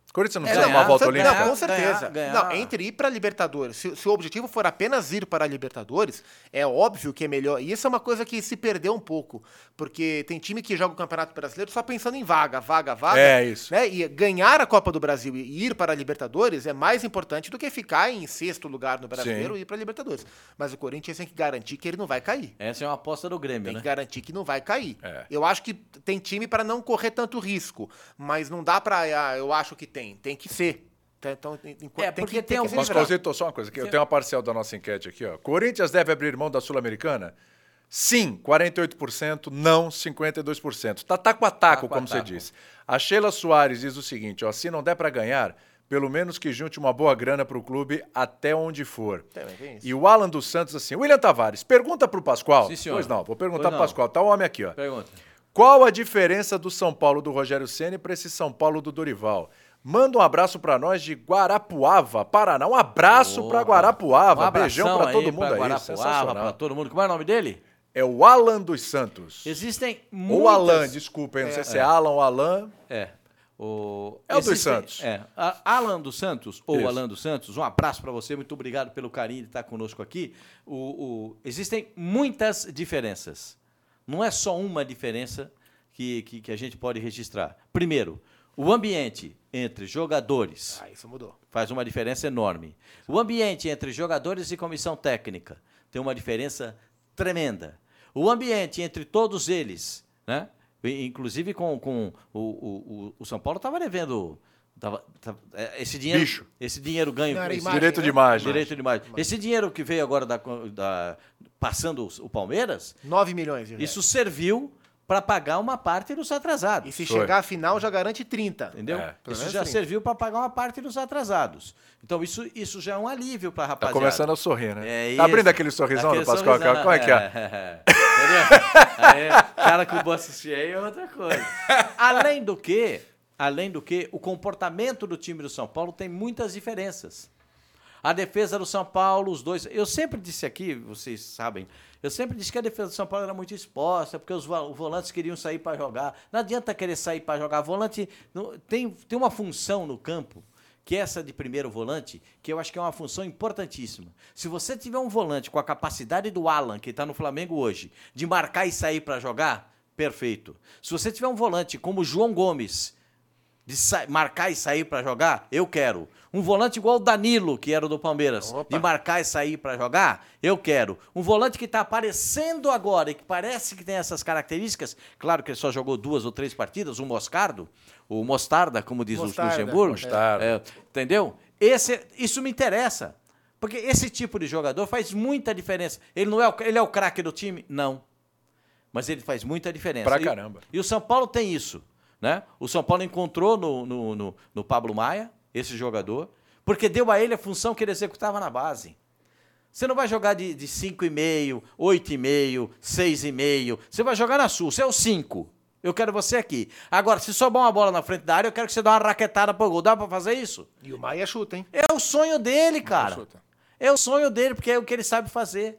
Speaker 1: O Corinthians não
Speaker 2: É,
Speaker 1: precisa de uma
Speaker 2: ganhar,
Speaker 1: volta
Speaker 2: você-
Speaker 1: olímpica.
Speaker 3: Não, com
Speaker 2: Ganhar,
Speaker 3: certeza.
Speaker 2: ganhar.
Speaker 3: Não, entre ir pra Libertadores, se, se o objetivo for apenas ir para a Libertadores, é óbvio que é melhor. E isso é uma coisa que se perdeu um pouco, porque tem time que joga o Campeonato Brasileiro só pensando em vaga, vaga, vaga.
Speaker 1: É, isso.
Speaker 3: Né? E ganhar a Copa do Brasil e ir para a Libertadores é mais importante do que ficar em sexto lugar no Brasileiro
Speaker 1: Sim.
Speaker 3: e ir para a Libertadores. Mas o Corinthians tem que garantir que ele não vai cair.
Speaker 2: Essa é uma aposta do Grêmio,
Speaker 3: Tem
Speaker 2: né?
Speaker 3: que garantir que não vai cair.
Speaker 1: É.
Speaker 3: Eu acho que tem time para não correr tanto risco, mas não dá para ah, eu acho que tem, tem que ser. Tem- Então, tem, tem-
Speaker 2: É, porque tem
Speaker 3: que
Speaker 2: algumas
Speaker 3: se
Speaker 1: Mas,
Speaker 3: livrar.
Speaker 1: Causito, só uma coisa. aqui. Eu tenho uma parcial da nossa enquete aqui. ó. Corinthians deve abrir mão da Sul-Americana? Sim, 48%, não 52%. Tá taco a taco,
Speaker 2: Taco a
Speaker 1: como você
Speaker 2: taco.
Speaker 1: disse. A Sheila Soares diz o seguinte, ó, se não der para ganhar, pelo menos que junte uma boa grana pro clube até onde for.
Speaker 3: Também tem é isso.
Speaker 1: E o Alan dos Santos assim, William Tavares, pergunta pro Pascoal.
Speaker 2: Sim, senhor.
Speaker 1: Pois não, vou perguntar
Speaker 2: Pois
Speaker 1: pro
Speaker 2: não.
Speaker 1: Pascoal. Tá o homem aqui, ó.
Speaker 2: Pergunta.
Speaker 1: Qual a diferença do São Paulo do Rogério Ceni para esse São Paulo do Dorival? Manda um abraço para nós de Guarapuava, Paraná. Um abraço para
Speaker 2: Um
Speaker 1: Guarapuava. Beijão para todo mundo aí.
Speaker 2: Guarapuava,
Speaker 1: sensacional.
Speaker 2: para todo mundo. Como é o nome dele?
Speaker 1: É o Alan dos Santos.
Speaker 2: Existem muitas...
Speaker 1: Ou Alan, desculpa, eu não sei se é Alan ou Alan.
Speaker 2: É. O...
Speaker 1: É o dos Santos.
Speaker 2: É. A- Alan dos Santos, ou
Speaker 1: Isso.
Speaker 2: Alan dos Santos, um abraço para você, muito obrigado pelo carinho de estar conosco aqui. O, o- Existem muitas diferenças. Não é só uma diferença que, que, que a gente pode registrar. Primeiro, o ambiente entre jogadores
Speaker 3: Ah, isso mudou.
Speaker 2: faz uma diferença enorme. O ambiente entre jogadores e comissão técnica tem uma diferença tremenda. O ambiente entre todos eles, né? E, Inclusive com, com o, o, o- o São Paulo estava devendo tava- tava- é, esse dinheiro,
Speaker 1: Bicho.
Speaker 2: esse dinheiro ganho,
Speaker 3: Não, era
Speaker 2: esse
Speaker 3: imagem,
Speaker 1: Direito de
Speaker 3: né?
Speaker 1: imagem.
Speaker 2: direito de imagem. Esse dinheiro que veio agora da, co- da- passando os- o Palmeiras,
Speaker 3: 9 milhões de reais.
Speaker 2: isso serviu para pagar uma parte dos atrasados.
Speaker 3: E se
Speaker 1: Foi.
Speaker 3: chegar à final, já garante 30.
Speaker 2: Entendeu?
Speaker 1: É,
Speaker 3: pelo
Speaker 2: isso
Speaker 3: menos assim.
Speaker 2: já
Speaker 3: sim.
Speaker 2: serviu para pagar uma parte dos atrasados. Então, isso, isso já é um alívio para a
Speaker 1: Tá
Speaker 2: rapaziada.
Speaker 1: começando a sorrir, né?
Speaker 2: É
Speaker 1: tá abrindo
Speaker 2: isso.
Speaker 1: aquele sorrisão
Speaker 2: Aquele
Speaker 1: do Pascoal?
Speaker 2: sorrisão, né?
Speaker 1: Como é que é?
Speaker 2: Entendeu? Aí, cara com o bolso cheio é outra coisa. Além do que, além do que, o comportamento do time do São Paulo tem muitas diferenças. A defesa do São Paulo, os dois. Eu sempre disse aqui, vocês sabem, eu sempre disse que a defesa do São Paulo era muito exposta, porque os vo- volantes queriam sair para jogar. Não adianta querer sair para jogar. Volante não- tem, tem uma função no campo, que é essa de primeiro volante, que eu acho que é uma função importantíssima. Se você tiver um volante com a capacidade do Alan, que está no Flamengo hoje, de marcar e sair para jogar, perfeito. Se você tiver um volante como o João Gomes, de sa- marcar e sair pra jogar, eu quero. Um volante igual o Danilo, que era do Palmeiras,
Speaker 3: Opa.
Speaker 2: de marcar e sair pra jogar, eu quero. Um volante que tá aparecendo agora e que parece que tem essas características, claro que ele só jogou duas ou três partidas, o Moscardo, o Mostarda, como diz o
Speaker 3: Mostarda.
Speaker 2: Luxemburgo.
Speaker 1: Mostarda.
Speaker 2: É, entendeu? Esse, isso me interessa. Porque esse tipo de jogador faz muita diferença. Ele não é o, ele é o craque do time? Não mas ele faz muita diferença.
Speaker 1: Pra
Speaker 2: E-
Speaker 1: caramba.
Speaker 2: E, o São Paulo tem isso. Né? O São Paulo encontrou no, no, no- no Pablo Maia, esse jogador, porque deu a ele a função que ele executava na base. Você não vai jogar de, de 5,5, 8,5, 6,5. Você vai jogar na sua. Você é o 5. Eu quero você aqui. Agora, se sobrar uma bola na frente da área, eu quero que você dê uma raquetada pro gol. Dá pra fazer isso?
Speaker 3: E o Maia chuta, hein?
Speaker 2: É o sonho dele, cara.
Speaker 3: chuta.
Speaker 2: É o sonho dele, porque é o que ele sabe fazer.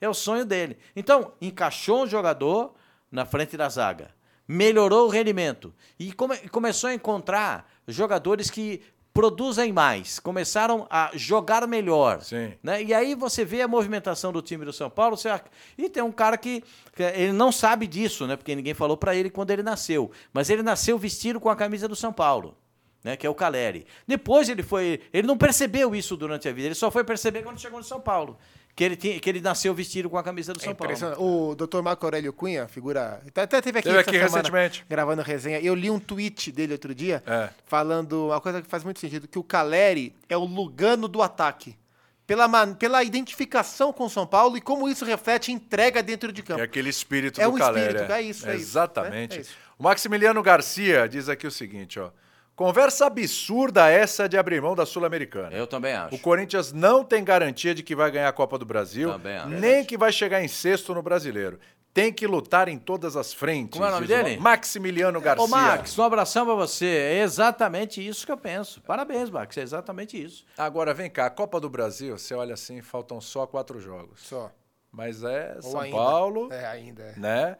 Speaker 2: É o sonho dele. Então, encaixou um jogador na frente da zaga. Melhorou o rendimento. E come- começou a encontrar jogadores que produzem mais. Começaram a jogar melhor.
Speaker 1: Sim.
Speaker 2: né? E aí você vê a movimentação do time do São Paulo. Você... ac- E tem um cara que, que ele não sabe disso, né? Porque ninguém falou pra ele quando ele nasceu. Mas ele nasceu vestido com a camisa do São Paulo. Né, que é o Caleri. Depois ele foi. Ele não percebeu isso durante a vida, ele só foi perceber quando chegou no São Paulo. Que ele, tinha, que ele nasceu vestido com a camisa do
Speaker 3: É
Speaker 2: São Paulo.
Speaker 3: impressionante. O Dr. Marco Aurélio Cunha, figura. Até até teve aqui,
Speaker 1: Teve
Speaker 3: essa
Speaker 1: aqui
Speaker 3: semana,
Speaker 1: recentemente.
Speaker 3: gravando resenha. Eu li um tweet dele outro dia
Speaker 1: É.
Speaker 3: falando uma coisa que faz muito sentido: que o Caleri é o Lugano do ataque. Pela, man- pela identificação com o São Paulo e como isso reflete entrega dentro de campo.
Speaker 1: É aquele espírito
Speaker 3: É
Speaker 1: do
Speaker 3: um
Speaker 1: Caleri.
Speaker 3: espírito, é isso, é isso,
Speaker 1: Exatamente.
Speaker 3: né? É isso.
Speaker 1: O Maximiliano Garcia diz aqui o seguinte, ó. Conversa absurda essa de abrir mão da Sul-Americana.
Speaker 2: Eu também acho.
Speaker 1: O Corinthians não tem garantia de que vai ganhar a Copa do Brasil,
Speaker 2: Também acho.
Speaker 1: nem que vai chegar em sexto no Brasileiro. Tem que lutar em todas as frentes.
Speaker 2: Como é o nome
Speaker 1: diz
Speaker 2: dele?
Speaker 1: Maximiliano Garcia.
Speaker 2: Ô, Max, um abração pra você. É exatamente isso que eu penso. Parabéns, Max. É exatamente isso.
Speaker 1: Agora vem cá, a Copa do Brasil, você olha assim, faltam só quatro jogos.
Speaker 3: Só.
Speaker 1: Mas é
Speaker 3: Ou
Speaker 1: São
Speaker 3: ainda.
Speaker 1: Paulo,
Speaker 3: É, ainda. é.
Speaker 1: né?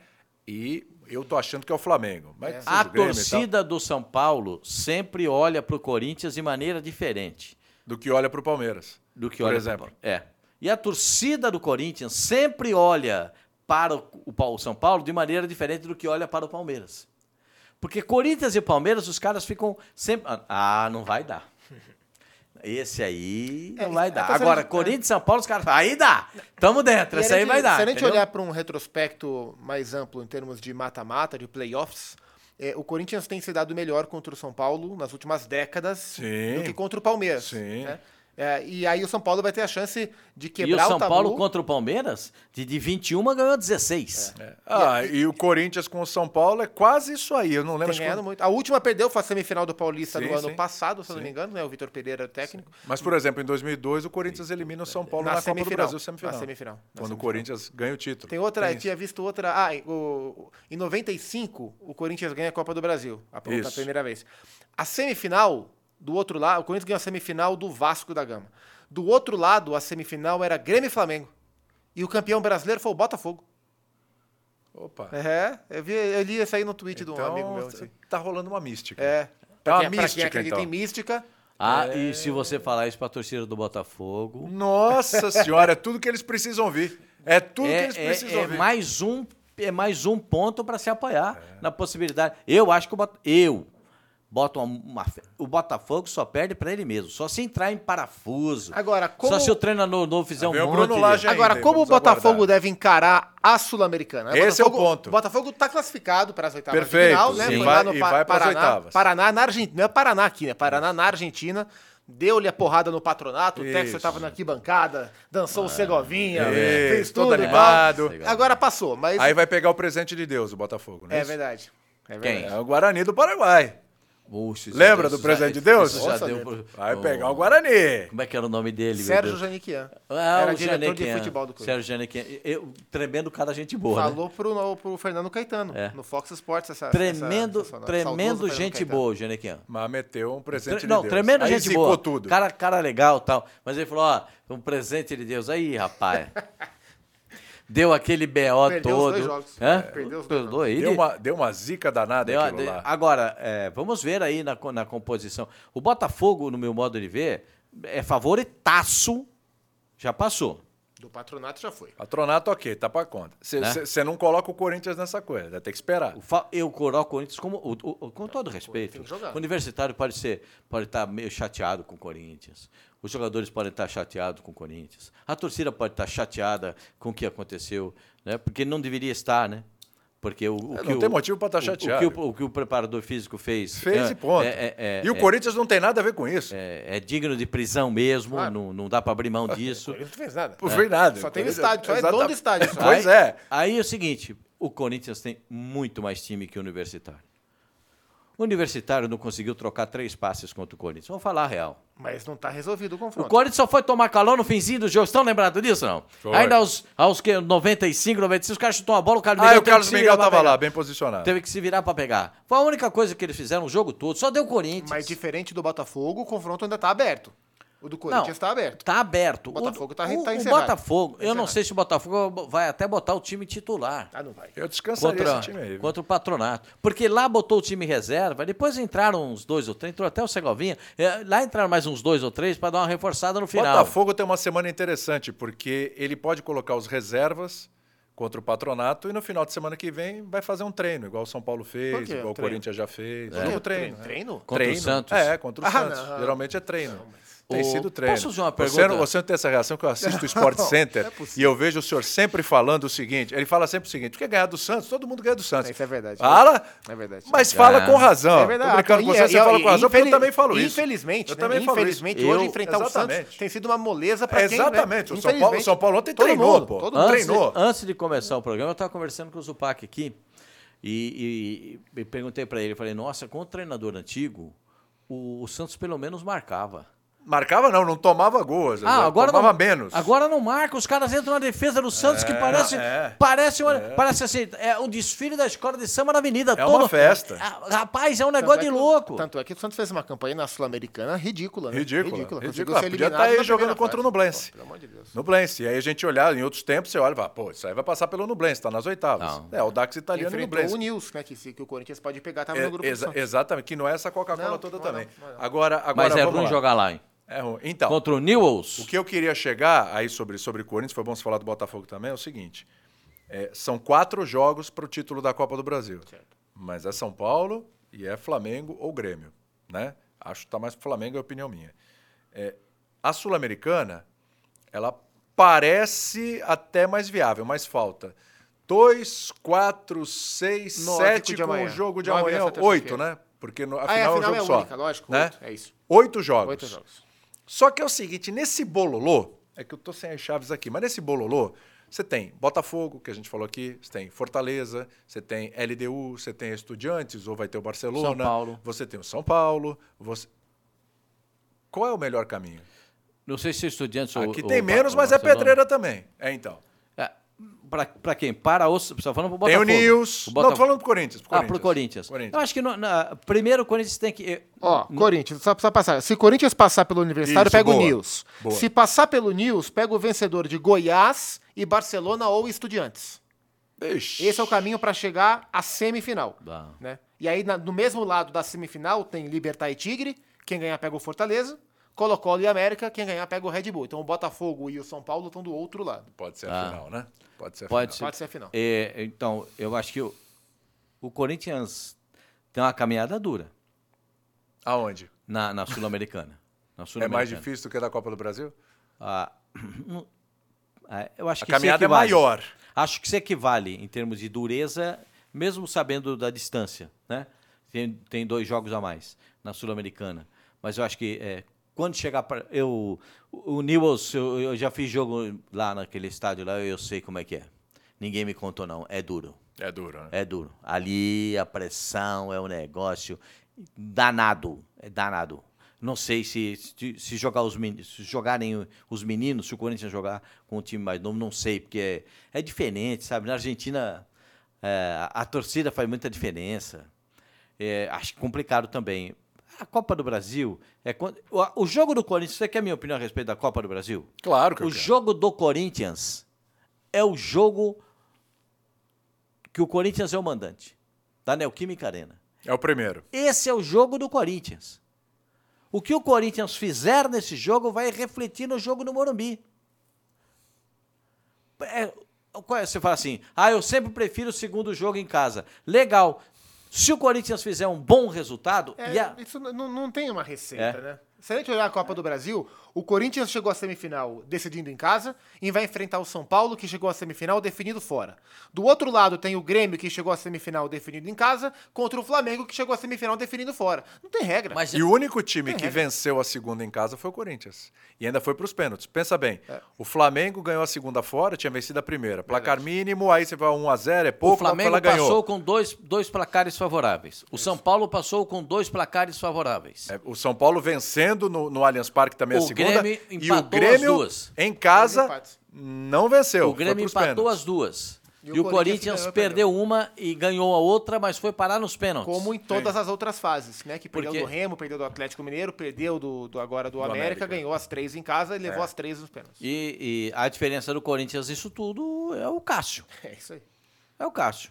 Speaker 1: E eu tô achando que é o Flamengo. Mas que seja
Speaker 2: A
Speaker 1: o Grêmio e tal,
Speaker 2: torcida do São Paulo sempre olha pro Corinthians de maneira diferente
Speaker 1: do que olha pro Palmeiras.
Speaker 2: do que
Speaker 1: Por
Speaker 2: olha pro
Speaker 1: exemplo.
Speaker 2: Paulo. É. E a torcida do Corinthians sempre olha para o, o Pau- o São Paulo de maneira diferente do que olha para o Palmeiras. Porque Corinthians e Palmeiras, os caras ficam sempre. Ah, não vai dar. Esse aí não
Speaker 3: É,
Speaker 2: vai
Speaker 3: a
Speaker 2: dar.
Speaker 3: torcida
Speaker 2: Agora,
Speaker 3: de-
Speaker 2: Corinthians e São Paulo, os caras falam, aí dá. Tamo dentro,
Speaker 3: E
Speaker 2: esse
Speaker 3: era
Speaker 2: aí
Speaker 3: de-
Speaker 2: vai dar.
Speaker 3: Se a gente
Speaker 2: entendeu?
Speaker 3: olhar para um retrospecto mais amplo em termos de mata-mata, de playoffs, é, o Corinthians tem se dado melhor contra o São Paulo nas últimas décadas
Speaker 1: Sim.
Speaker 3: do que contra o Palmeiras.
Speaker 1: Sim.
Speaker 3: né? É, e aí o São Paulo vai ter a chance de
Speaker 2: E o
Speaker 3: quebrar o,
Speaker 2: São
Speaker 3: tabu.
Speaker 2: Paulo contra o Palmeiras, de, de 21 ganhou 16.
Speaker 3: É.
Speaker 1: Ah, e o Corinthians com o São Paulo é quase isso aí. Eu não lembro
Speaker 3: Tem
Speaker 1: de
Speaker 3: ganhado
Speaker 1: quando-
Speaker 3: tá muito. A última perdeu foi a semifinal do Paulista
Speaker 1: Sim,
Speaker 3: do ano
Speaker 1: sim.
Speaker 3: passado, se eu não me engano, né? O Vitor Pereira era o técnico.
Speaker 1: Mas, por exemplo, em 2002, o Corinthians elimina o São Paulo na,
Speaker 3: Na
Speaker 1: Copa do
Speaker 3: semifinal.
Speaker 1: Brasil semifinal.
Speaker 3: Na semifinal. Na
Speaker 1: Quando o
Speaker 3: semifinal.
Speaker 1: Corinthians ganha o título.
Speaker 3: Tem outra, eu
Speaker 1: isso.
Speaker 3: tinha visto outra. Ah, em- o, em 95, o Corinthians ganha a Copa do Brasil. A, pr-
Speaker 1: Isso.
Speaker 3: a primeira vez. A semifinal, do outro lado, o Corinthians ganhou a semifinal do Vasco da Gama. Do outro lado, a semifinal era Grêmio e Flamengo. E o campeão brasileiro foi o Botafogo.
Speaker 1: Opa.
Speaker 3: É, eu, vi, eu li isso aí no tweet de um
Speaker 1: Então,
Speaker 3: amigo meu.
Speaker 1: tá-
Speaker 3: assim.
Speaker 1: tá rolando uma mística.
Speaker 3: É.
Speaker 1: Tá uma
Speaker 3: Pra quem, pra quem
Speaker 1: mística,
Speaker 3: acredita
Speaker 1: então.
Speaker 3: em mística,
Speaker 2: Ah, e se você falar isso pra torcida do Botafogo.
Speaker 1: Nossa senhora, é tudo que eles precisam ouvir. É tudo que
Speaker 2: É,
Speaker 1: eles
Speaker 2: é-
Speaker 1: precisam
Speaker 2: é
Speaker 1: ouvir.
Speaker 2: mais um é mais um ponto para se apoiar na possibilidade. Eu acho que o Bota- eu boto uma, uma fé- o Botafogo só perde para ele mesmo, só se entrar em parafuso.
Speaker 3: Agora,
Speaker 2: Só
Speaker 3: como-
Speaker 2: se o treinador novo fizer um
Speaker 1: Vem o
Speaker 2: monte.
Speaker 1: Bruno Lage ainda,
Speaker 3: Agora,
Speaker 1: hein?
Speaker 3: como o
Speaker 1: Vamos
Speaker 3: Botafogo
Speaker 1: aguardar.
Speaker 3: deve encarar a Sul-Americana?
Speaker 1: Esse é o
Speaker 3: Botafogo-
Speaker 1: ponto.
Speaker 3: O Botafogo está classificado para as oitavas
Speaker 1: Perfeito,
Speaker 3: de final, né?
Speaker 1: sim.
Speaker 3: Foi
Speaker 1: Vai-
Speaker 3: lá no
Speaker 1: e
Speaker 3: Pa-
Speaker 1: vai pras
Speaker 3: Paraná,
Speaker 1: oitavas.
Speaker 3: Paraná na Argentina. Não é Paraná aqui, né? Paraná na Argentina. Deu-lhe a porrada no patronato, o Texas
Speaker 1: Isso. Ah,
Speaker 3: estava na arquibancada, dançou o Segovinha,
Speaker 1: Isso,
Speaker 3: fez tudo
Speaker 1: todo
Speaker 3: e tal.
Speaker 1: animado.
Speaker 3: Agora passou, mas
Speaker 1: Aí vai pegar o presente de Deus, o Botafogo, né?
Speaker 3: é verdade. É verdade.
Speaker 1: É o Guarani do Paraguai.
Speaker 2: Puxa, isso
Speaker 1: Lembra
Speaker 2: já-
Speaker 1: do
Speaker 2: isso
Speaker 1: presente
Speaker 2: já-
Speaker 1: de Deus?
Speaker 2: isso já
Speaker 3: Nossa,
Speaker 2: deu
Speaker 3: né?
Speaker 2: pro-
Speaker 1: Vai
Speaker 2: o-
Speaker 1: pegar um- o Guarani.
Speaker 2: Como é que era o nome dele? meu
Speaker 3: Sérgio
Speaker 2: Deus?
Speaker 3: Janiquian.
Speaker 2: Ah,
Speaker 3: era
Speaker 2: o
Speaker 3: diretor de
Speaker 2: Janequian.
Speaker 3: futebol do clube.
Speaker 2: Sérgio Janequian. Eu, tremendo cara gente boa, né?
Speaker 3: Falou pro, no- pro Fernando Caetano,
Speaker 2: É.
Speaker 3: no Fox Sports. Essa,
Speaker 2: Tremendo,
Speaker 3: essa- essa- saudoso
Speaker 2: tremendo
Speaker 3: Fernando
Speaker 2: gente
Speaker 3: Caetano.
Speaker 2: boa, o Janequian.
Speaker 1: Mas meteu um presente
Speaker 2: Tre-
Speaker 1: de
Speaker 2: Não,
Speaker 1: Deus.
Speaker 2: tremenda
Speaker 1: Aí
Speaker 2: gente
Speaker 1: zicou
Speaker 2: boa.
Speaker 1: tudo.
Speaker 2: Cara, cara legal e tal. Mas ele falou, ó, um presente de Deus. Aí, rapaz. Deu aquele BO
Speaker 3: Perdeu os
Speaker 2: todo.
Speaker 3: dois jogos.
Speaker 2: Hã?
Speaker 3: É, perdeu os dois
Speaker 2: Perdoa, Ele,
Speaker 1: Deu uma, deu uma zica danada
Speaker 2: deu-
Speaker 1: aquilo
Speaker 2: deu-
Speaker 1: lá.
Speaker 2: Agora, é, vamos ver aí na, co- na composição. O Botafogo, no meu modo de ver, é favoritaço. Já passou.
Speaker 3: Do patronato já foi.
Speaker 1: Patronato, ok, tá pra conta. Você
Speaker 2: Né?
Speaker 1: não coloca o Corinthians nessa coisa, vai ter que esperar.
Speaker 2: O Fa- Eu coloco o Corinthians como. o- o- o- com todo respeito.
Speaker 3: tem que jogar.
Speaker 2: O universitário pode ser, pode estar meio chateado com o Corinthians. Os jogadores podem estar chateados com o Corinthians. A torcida pode estar chateada com o que aconteceu, né? Porque não deveria estar, né? Porque o, o
Speaker 1: É,
Speaker 2: que
Speaker 1: não
Speaker 2: o-
Speaker 1: tem motivo pra estar
Speaker 2: o-
Speaker 1: chateado.
Speaker 2: O, que o, o que o preparador físico fez.
Speaker 1: Fez
Speaker 2: né?
Speaker 1: e ponto.
Speaker 2: É- é- é-
Speaker 1: e o
Speaker 2: é-
Speaker 1: Corinthians não tem nada a ver com isso.
Speaker 2: é, é digno de prisão mesmo. Não, não dá para abrir mão disso.
Speaker 3: Ele não fez nada. É.
Speaker 1: Não foi nada.
Speaker 3: Só tem o
Speaker 1: Corinthians-
Speaker 3: estádio, só é
Speaker 1: Exata-
Speaker 3: dono do estádio. Só.
Speaker 1: Pois
Speaker 2: Aí-
Speaker 1: é.
Speaker 2: Aí é o seguinte, o Corinthians tem muito mais time que o Universitário. O Universitário não conseguiu trocar três passes contra o Corinthians. Vamos falar a real.
Speaker 3: Mas não tá resolvido o
Speaker 2: O
Speaker 3: confronto.
Speaker 2: Corinthians só foi tomar calor no finzinho do jogo. Estão lembrados disso, não?
Speaker 1: Foi.
Speaker 2: Ainda aos, aos que, 95, 96, os caras chutam a bola, o Carlos
Speaker 1: Ah,
Speaker 2: Miguel
Speaker 1: o Carlos
Speaker 2: teve que se
Speaker 1: Miguel
Speaker 2: virar pra
Speaker 1: tava lá,
Speaker 2: pegar.
Speaker 1: bem posicionado.
Speaker 2: Teve que se virar pra pegar. Foi a única coisa que eles fizeram o jogo todo. Só deu o Corinthians.
Speaker 3: Mas diferente do Botafogo, o confronto ainda tá aberto. O do Corinthians tá aberto.
Speaker 2: Tá aberto. O
Speaker 3: Botafogo tá-
Speaker 2: o-
Speaker 3: tá
Speaker 2: o
Speaker 3: encerrado.
Speaker 2: Botafogo, eu não
Speaker 3: Encerrado.
Speaker 2: sei se o Botafogo vai até botar o time titular.
Speaker 3: Ah, não vai.
Speaker 1: Eu descansaria
Speaker 2: contra,
Speaker 1: esse time é aí. viu?
Speaker 2: contra o patronato. Porque lá botou o time reserva, depois entraram uns dois ou três, entrou até o Segovinha. é, lá entraram mais uns dois ou três para dar uma reforçada no final.
Speaker 1: Botafogo tem uma semana interessante, porque ele pode colocar os reservas contra o patronato e no final de semana que vem vai fazer um treino, igual o São Paulo
Speaker 3: Por
Speaker 1: fez,
Speaker 3: quê?
Speaker 1: igual o
Speaker 3: Treino?
Speaker 1: Corinthians já fez.
Speaker 3: É.
Speaker 1: Jogo treino. né?
Speaker 3: Treino?
Speaker 2: Contra o
Speaker 1: Treino.
Speaker 2: Santos.
Speaker 1: É, contra o
Speaker 3: Ah,
Speaker 1: Santos.
Speaker 3: não.
Speaker 1: Geralmente é treino.
Speaker 2: O-
Speaker 1: Tem sido treino.
Speaker 2: Posso fazer uma
Speaker 1: Você
Speaker 2: pergunta?
Speaker 1: não, você não tem essa reação que eu assisto o Sport Center
Speaker 3: não é possível.
Speaker 1: e eu vejo o senhor sempre falando o seguinte. Ele fala sempre o seguinte: porque ganhar do Santos, todo mundo ganha do Santos.
Speaker 3: Isso é verdade.
Speaker 1: Fala,
Speaker 3: É verdade.
Speaker 1: mas fala
Speaker 2: É.
Speaker 1: com razão.
Speaker 3: É verdade.
Speaker 1: Tô brincando com
Speaker 3: E-
Speaker 1: você,
Speaker 3: e-
Speaker 1: você fala
Speaker 3: e-
Speaker 1: com razão, porque eu
Speaker 3: infeliz-
Speaker 1: também falo isso.
Speaker 3: Infelizmente,
Speaker 1: Eu
Speaker 3: né?
Speaker 1: também falo isso.
Speaker 3: Infelizmente,
Speaker 2: Eu-
Speaker 3: hoje enfrentar o Santos
Speaker 1: Exatamente.
Speaker 3: tem sido uma moleza pra quem... né?
Speaker 1: Exatamente. O São Paulo-
Speaker 3: Infelizmente.
Speaker 1: o São Paulo ontem
Speaker 3: Todo
Speaker 1: treinou,
Speaker 3: mundo,
Speaker 1: pô.
Speaker 3: Todo
Speaker 2: Ah,
Speaker 3: mundo.
Speaker 1: Antes-
Speaker 3: treinou.
Speaker 1: treinou.
Speaker 2: antes de começar o programa, eu estava conversando com o Zupac aqui e, e- e perguntei para ele, falei, nossa, com o treinador antigo, o, o Santos pelo menos marcava.
Speaker 1: Marcava não, não tomava gol. às vezes, né? tomava menos.
Speaker 2: Ah, Agora não marca, os caras entram na defesa do Santos que parece
Speaker 1: é.
Speaker 2: parece, uma- parece assim, é um desfile da escola de samba na avenida.
Speaker 1: É uma festa.
Speaker 2: Ah, Rapaz, é um
Speaker 3: Tanto
Speaker 2: negócio
Speaker 3: é
Speaker 2: de
Speaker 3: que o-
Speaker 2: louco.
Speaker 3: Tanto é que o Santos fez uma campanha na Sul-Americana ridícula, né?
Speaker 1: Ridícula,
Speaker 3: Conseguiu
Speaker 1: ridícula.
Speaker 3: ser
Speaker 1: Podia
Speaker 3: eliminado
Speaker 1: tá aí
Speaker 3: na primeira
Speaker 1: jogando contra
Speaker 3: fase.
Speaker 1: o Nublense.
Speaker 3: Pô, Pelo amor de Deus.
Speaker 1: Nublense. E aí a gente olhar em outros tempos, você olha e fala, pô, isso aí vai passar pelo Nublense, tá nas oitavas.
Speaker 2: Não.
Speaker 1: É, o Dax italiano e
Speaker 3: Enfrentou
Speaker 1: Nublense.
Speaker 3: o Nils, né? Que, se- que o Corinthians pode pegar, tava
Speaker 1: É,
Speaker 3: no grupo do
Speaker 1: exa-
Speaker 3: Santos.
Speaker 1: exatamente, que não é essa Coca-Cola
Speaker 3: Não,
Speaker 1: toda
Speaker 3: não é
Speaker 1: também.
Speaker 3: não, não é não.
Speaker 1: Agora, agora
Speaker 2: Mas é
Speaker 1: vamos
Speaker 2: ruim
Speaker 1: lá.
Speaker 2: jogar lá, hein?
Speaker 1: É ruim. Então,
Speaker 2: Contra o Newells.
Speaker 1: o que eu queria chegar aí sobre sobre Corinthians, foi bom você falar do Botafogo também, é o seguinte. é, são quatro jogos para o título da Copa do Brasil. Mas é São Paulo e é Flamengo ou Grêmio, né? Acho que tá mais pro Flamengo, é opinião minha. É, a Sul-Americana, ela parece até mais viável, mas falta. dois, quatro, seis,
Speaker 3: Nove
Speaker 1: sete
Speaker 3: com o de
Speaker 1: com
Speaker 3: amanhã.
Speaker 1: o jogo de
Speaker 3: Nove
Speaker 1: amanhã,
Speaker 3: dessa
Speaker 1: oito,
Speaker 3: terça-feira.
Speaker 1: né? Porque no,
Speaker 3: Ah, é,
Speaker 1: afinal
Speaker 3: a
Speaker 1: é um
Speaker 3: final
Speaker 1: jogo
Speaker 3: é
Speaker 1: só.
Speaker 3: única, lógico.
Speaker 1: né?
Speaker 3: oito, É isso.
Speaker 1: Oito jogos.
Speaker 3: Oito jogos.
Speaker 1: Só que é o seguinte, nesse bololô, é que eu tô sem as chaves aqui, mas nesse bololô, você tem Botafogo, que a gente falou aqui, você tem Fortaleza, você tem LDU, você tem Estudiantes, ou vai ter o Barcelona.
Speaker 2: São Paulo.
Speaker 1: Você tem o São Paulo. Você... Qual é o melhor caminho?
Speaker 2: Não sei se estudantes ou.
Speaker 1: aqui
Speaker 2: ou
Speaker 1: tem
Speaker 2: Ba-
Speaker 1: menos,
Speaker 2: ou
Speaker 1: mas é
Speaker 2: Barcelona.
Speaker 1: pedreira também. É então.
Speaker 2: É, pra, pra quem? Para os. Só falando pro
Speaker 1: Tem o
Speaker 2: Botafogo.
Speaker 1: News.
Speaker 2: O
Speaker 1: Não, tô
Speaker 2: Botafogo.
Speaker 1: falando pro Corinthians.
Speaker 2: Ah, pro Corinthians. Eu acho que no- na- primeiro o Corinthians tem que. eh,
Speaker 3: Ó, Corinthians, só precisa passar. Se Corinthians passar pelo Universitário,
Speaker 1: Isso,
Speaker 3: pega o
Speaker 1: boa.
Speaker 3: News.
Speaker 1: Boa.
Speaker 3: Se passar pelo News, pega o vencedor de Goiás e Barcelona ou Estudiantes.
Speaker 1: Ixi.
Speaker 3: Esse é o caminho para chegar à semifinal.
Speaker 2: Dá.
Speaker 3: Né? E aí, na- no mesmo lado da semifinal, tem Libertar e Tigre, quem ganhar pega o Fortaleza, Colo-Colo e América, quem ganhar pega o Red Bull. Então o Botafogo e o São Paulo estão do outro lado.
Speaker 1: Pode ser a
Speaker 2: Ah.
Speaker 1: final, né? Pode ser a
Speaker 2: Pode
Speaker 1: final.
Speaker 2: ser.
Speaker 3: Pode ser a final.
Speaker 2: É, então, eu acho que o, o Corinthians tem uma caminhada dura
Speaker 1: Aonde?
Speaker 2: na, na Sul-Americana.
Speaker 1: É
Speaker 2: Na
Speaker 1: mais
Speaker 2: Sul-Americana.
Speaker 1: difícil do que a da Copa do Brasil?
Speaker 2: Ah, não- ah, eu acho
Speaker 1: A
Speaker 2: que
Speaker 1: caminhada
Speaker 2: se
Speaker 1: é
Speaker 2: equivale.
Speaker 1: maior.
Speaker 2: Acho que se equivale em termos de dureza, mesmo sabendo da distância, né? Tem, tem dois jogos a mais na Sul-Americana. Mas eu acho que é, quando chegar para eu o o Newell's, eu, eu já fiz jogo lá naquele estádio lá, eu sei como é que é. Ninguém me contou não, é duro.
Speaker 1: É duro, né?
Speaker 2: É duro. Ali a pressão é um negócio danado, é danado. Não sei se se, se jogar os meni- se jogarem os meninos, se o Corinthians jogar com o time mais novo, não sei, porque é, é diferente, sabe? Na Argentina é, a torcida faz muita diferença. É, acho complicado também. A Copa do Brasil é quan- o, o jogo do Corinthians. Você quer a minha opinião a respeito da Copa do Brasil?
Speaker 1: Claro que eu
Speaker 2: O
Speaker 1: quero.
Speaker 2: jogo do Corinthians é o jogo que o Corinthians é o mandante, da Neoquímica Arena.
Speaker 1: É o primeiro.
Speaker 2: Esse é o jogo do Corinthians. O que o Corinthians fizer nesse jogo vai refletir no jogo do Morumbi. É, qual é- você fala assim, ah, eu sempre prefiro o segundo jogo em casa. Legal. Se o Corinthians fizer um bom resultado,
Speaker 3: É,
Speaker 2: e a-
Speaker 3: Isso n- não não tem uma receita,
Speaker 2: É.
Speaker 3: né? Se a gente olhar a Copa do Brasil, o Corinthians chegou à semifinal decidindo em casa e vai enfrentar o São Paulo, que chegou à semifinal definido fora. Do outro lado tem o Grêmio, que chegou à semifinal definido em casa, contra o Flamengo, que chegou à semifinal definido fora. Não tem regra.
Speaker 2: mas
Speaker 1: E o único time
Speaker 3: Tem
Speaker 1: que
Speaker 3: regra.
Speaker 1: venceu a segunda em casa foi o Corinthians. E ainda foi para os pênaltis. Pensa bem,
Speaker 2: É.
Speaker 1: o Flamengo ganhou a segunda fora, tinha vencido a primeira. Placar mínimo, aí você vai 1x0, é pouco,
Speaker 2: o Flamengo
Speaker 1: ela ganhou.
Speaker 2: passou com dois, dois placares favoráveis. O São Paulo passou com dois placares favoráveis.
Speaker 1: É, o São Paulo vencendo no, no Allianz Parque também a
Speaker 2: O
Speaker 1: segunda.
Speaker 2: Grêmio
Speaker 1: e o
Speaker 2: empatou
Speaker 1: Grêmio,
Speaker 2: as duas.
Speaker 1: em
Speaker 3: Dois
Speaker 1: casa,
Speaker 3: empates.
Speaker 1: não venceu.
Speaker 2: o Grêmio empatou as duas. E, o, Corinthians,
Speaker 3: ganhou,
Speaker 2: perdeu uma e ganhou a outra, mas foi parar nos pênaltis.
Speaker 3: Como em todas as outras fases, né? Que perdeu
Speaker 2: Porque-
Speaker 3: do Remo, perdeu do Atlético Mineiro, perdeu do, do agora do, América,
Speaker 1: América.
Speaker 3: ganhou as três em casa e
Speaker 2: É.
Speaker 3: levou as três nos pênaltis.
Speaker 2: E, e a diferença do Corinthians, isso tudo, é o Cássio.
Speaker 3: É isso aí.
Speaker 2: É o Cássio.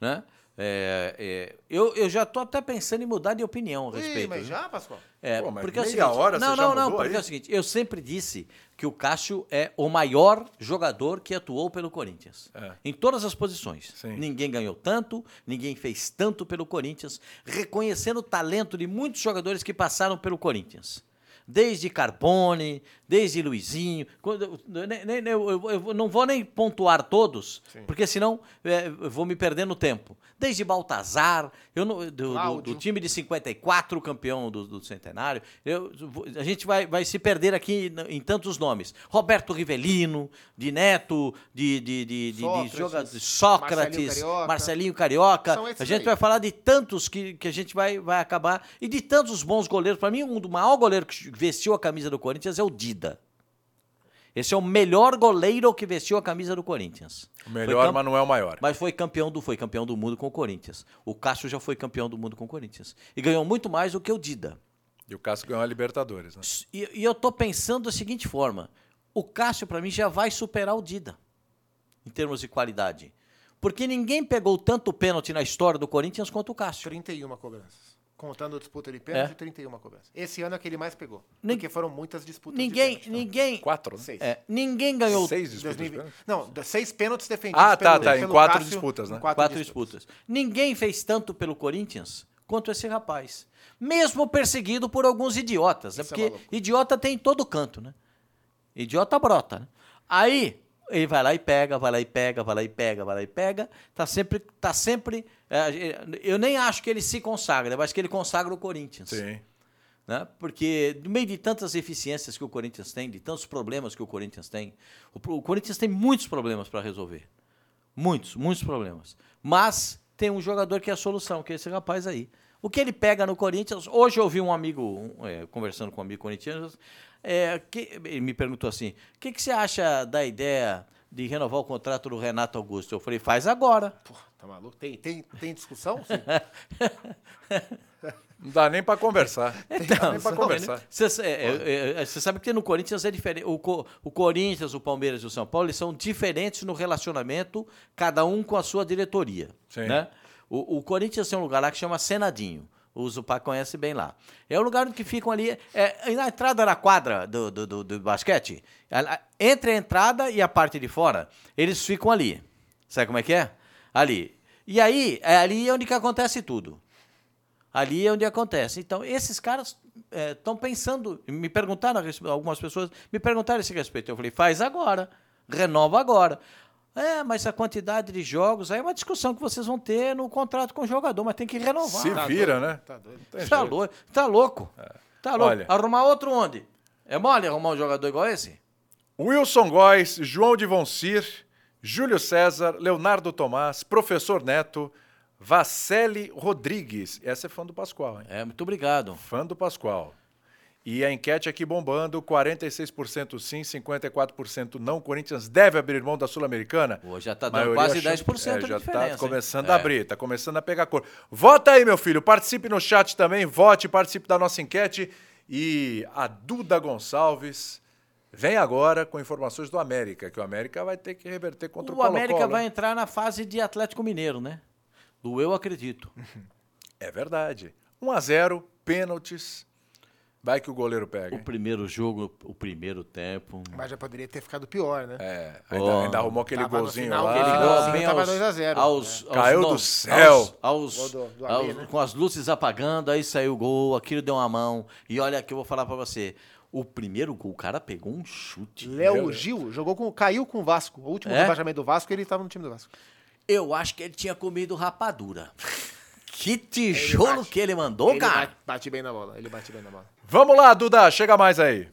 Speaker 2: Né? É, é, eu, eu já tô até pensando em mudar de opinião a respeito.
Speaker 3: Ih, mas
Speaker 2: viu?
Speaker 3: já, Pascoal?
Speaker 2: É,
Speaker 1: Pô, mas
Speaker 2: porque é o
Speaker 1: meia
Speaker 2: seguinte,
Speaker 1: hora você
Speaker 2: não,
Speaker 1: já
Speaker 2: não, não,
Speaker 1: mudou
Speaker 2: porque
Speaker 1: aí?
Speaker 2: é o seguinte, eu sempre disse que o Cássio é o maior jogador que atuou pelo Corinthians.
Speaker 1: É.
Speaker 2: Em todas as posições.
Speaker 1: Sim.
Speaker 2: Ninguém ganhou tanto, ninguém fez tanto pelo Corinthians, reconhecendo o talento de muitos jogadores que passaram pelo Corinthians. Desde Carbone, desde Luizinho. quando- nem- nem- nem- eu, eu- eu não vou nem pontuar todos, porque senão é, eu vou me perdendo tempo. Desde Baltazar, eu não, do- do-
Speaker 1: Ah,
Speaker 2: do,
Speaker 3: Cláudio.
Speaker 2: time de 54, campeão do, do centenário. Eu- vou- a gente vai, vai se perder aqui n- em tantos nomes. Roberto Rivelino, de Neto, de, de, de, de- de
Speaker 3: Sócrates,
Speaker 2: joga- de Sócrates,
Speaker 3: Marcelinho Carioca.
Speaker 2: Marcelinho Carioca.
Speaker 3: São esses
Speaker 2: A gente
Speaker 3: aí.
Speaker 2: vai falar de tantos que, que a gente vai, vai acabar. E de tantos bons goleiros. Para mim, um do maior goleiro que vestiu a camisa do Corinthians é o Dida. Esse é o melhor goleiro que vestiu a camisa do Corinthians.
Speaker 1: O
Speaker 2: Foi
Speaker 1: melhor,
Speaker 2: campe-
Speaker 1: mas não é o maior.
Speaker 2: mas foi campeão do foi campeão do mundo com o Corinthians. O Cássio já foi campeão do mundo com o Corinthians e ganhou muito mais do que o Dida.
Speaker 1: E o Cássio ganhou a Libertadores. Né?
Speaker 2: S- E, e eu tô pensando da seguinte forma: o Cássio para mim já vai superar o Dida em termos de qualidade, porque ninguém pegou tanto pênalti na história do Corinthians quanto o Cássio.
Speaker 3: 31 cobranças. Contando disputa de
Speaker 1: É.
Speaker 3: pênalti, 31 cobranças. Esse ano é que ele mais pegou.
Speaker 2: Nin-
Speaker 3: Porque foram muitas disputas
Speaker 2: Ninguém,
Speaker 3: de pênalti.
Speaker 2: ninguém,
Speaker 1: Quatro, né?
Speaker 3: Seis.
Speaker 2: é, ninguém ganhou
Speaker 1: Seis disputas.
Speaker 3: 2020.
Speaker 1: né?
Speaker 3: Não, da- seis pênaltis defendidos.
Speaker 1: Ah, tá, tá, em quatro
Speaker 3: Cássio,
Speaker 1: disputas,
Speaker 3: em
Speaker 1: né?
Speaker 3: Quatro,
Speaker 2: quatro
Speaker 3: disputas.
Speaker 2: disputas. Ninguém fez tanto pelo Corinthians quanto esse rapaz. Mesmo perseguido por alguns idiotas. Né?
Speaker 3: Isso é
Speaker 2: Porque
Speaker 3: maluco.
Speaker 2: idiota tem em todo canto, né? Idiota brota, né? Aí ele vai lá e pega, vai lá e pega, vai lá e pega, vai lá e pega. Tá sempre. é, Tá sempre eh, eu nem acho que ele se consagra, mas que ele consagra o Corinthians.
Speaker 1: Sim.
Speaker 2: Né? Porque, no meio de tantas eficiências que o Corinthians tem, de tantos problemas que o Corinthians tem, o, o Corinthians tem muitos problemas para resolver. Muitos, muitos problemas. Mas tem um jogador que é a solução, que é esse rapaz aí. O que ele pega no Corinthians? Hoje eu ouvi um amigo um, é, conversando com um amigo corintiano, é, que, ele me perguntou assim: o que, que você acha da ideia de renovar o contrato do Renato Augusto? Eu falei: faz agora.
Speaker 3: Porra, tá maluco? Tem, tem, tem discussão? Sim.
Speaker 1: Não dá nem para conversar.
Speaker 2: Então,
Speaker 1: nem pra conversar.
Speaker 2: Você é, sabe que no Corinthians é diferente. O, Co- o Corinthians, o Palmeiras e o São Paulo eles são diferentes no relacionamento, cada um com a sua diretoria.
Speaker 1: Sim.
Speaker 2: né? O, o Corinthians tem um lugar lá que chama Senadinho. O Zupá conhece bem lá. É o lugar onde que ficam ali. é, na entrada da quadra do, do, do- do basquete, a- a- entre a entrada e a parte de fora, eles ficam ali. Sabe como é que é? Ali. E aí, é ali onde que acontece tudo. Ali é onde acontece. Então, esses caras estão pensando, me perguntaram, a respeito- algumas pessoas me perguntaram a esse respeito. Eu falei, faz agora, renova agora. É, mas a quantidade de jogos, aí é uma discussão que vocês vão ter no contrato com o jogador, mas tem que renovar.
Speaker 1: Se vira, né?
Speaker 3: Tá doido.
Speaker 1: Tem
Speaker 2: um tá,
Speaker 1: jeito.
Speaker 2: lou- tá louco. Tá louco.
Speaker 1: É. Olha.
Speaker 2: Arrumar outro onde? É mole arrumar um jogador igual esse?
Speaker 1: Wilson Góes, João de Voncir, Júlio César, Leonardo Tomás, Professor Neto, Vasseli Rodrigues. Essa é fã do Pascoal, hein?
Speaker 2: É, muito obrigado.
Speaker 1: Fã do Pascoal. E a enquete aqui bombando, 46% sim, 54% não. Corinthians deve abrir mão da Sul-Americana?
Speaker 2: Pô, já tá
Speaker 1: Maioria
Speaker 2: dando quase
Speaker 1: achando-
Speaker 2: 10% de
Speaker 1: já
Speaker 2: diferença,
Speaker 1: tá começando
Speaker 2: hein?
Speaker 1: a
Speaker 2: É.
Speaker 1: abrir, tá começando a pegar cor. Vota aí, meu filho, participe no chat também, vote, participe da nossa enquete. E a Duda Gonçalves vem agora com informações do América, que o América vai ter que reverter contra o,
Speaker 2: o América
Speaker 1: Colo-Colo, né?
Speaker 2: vai
Speaker 1: hein?
Speaker 2: entrar na fase de Atlético Mineiro, né? Do eu acredito.
Speaker 1: É verdade. 1 a 0 pênaltis. Vai que o goleiro pega.
Speaker 2: O
Speaker 1: hein?
Speaker 2: primeiro jogo, o primeiro tempo.
Speaker 3: Mas já poderia ter ficado pior, né?
Speaker 1: É, ainda,
Speaker 2: Ó.
Speaker 1: ainda arrumou aquele
Speaker 3: Tava no
Speaker 1: golzinho
Speaker 3: final,
Speaker 1: lá.
Speaker 3: aquele gol.
Speaker 2: bem
Speaker 3: Ah, tava
Speaker 2: aos-
Speaker 3: 2 a 0,
Speaker 2: aos- aos
Speaker 1: Caiu
Speaker 2: no-
Speaker 1: do céu.
Speaker 2: aos- aos-
Speaker 3: Gol do- do
Speaker 2: aos-
Speaker 3: AB, né?
Speaker 2: Com as luzes apagando, aí saiu o gol, aquilo deu uma mão. E olha que eu vou falar pra você. O primeiro gol, o cara pegou um chute.
Speaker 3: Léo Gil jogou com, caiu com o Vasco. O último
Speaker 2: É?
Speaker 3: rebaixamento do Vasco, ele estava no time do Vasco.
Speaker 2: Eu acho que ele tinha comido rapadura. Que tijolo que ele mandou,
Speaker 3: ele
Speaker 2: cara.
Speaker 3: bate, bate bem na bola. Ele bate bem na bola.
Speaker 1: Vamos lá, Duda, chega mais aí.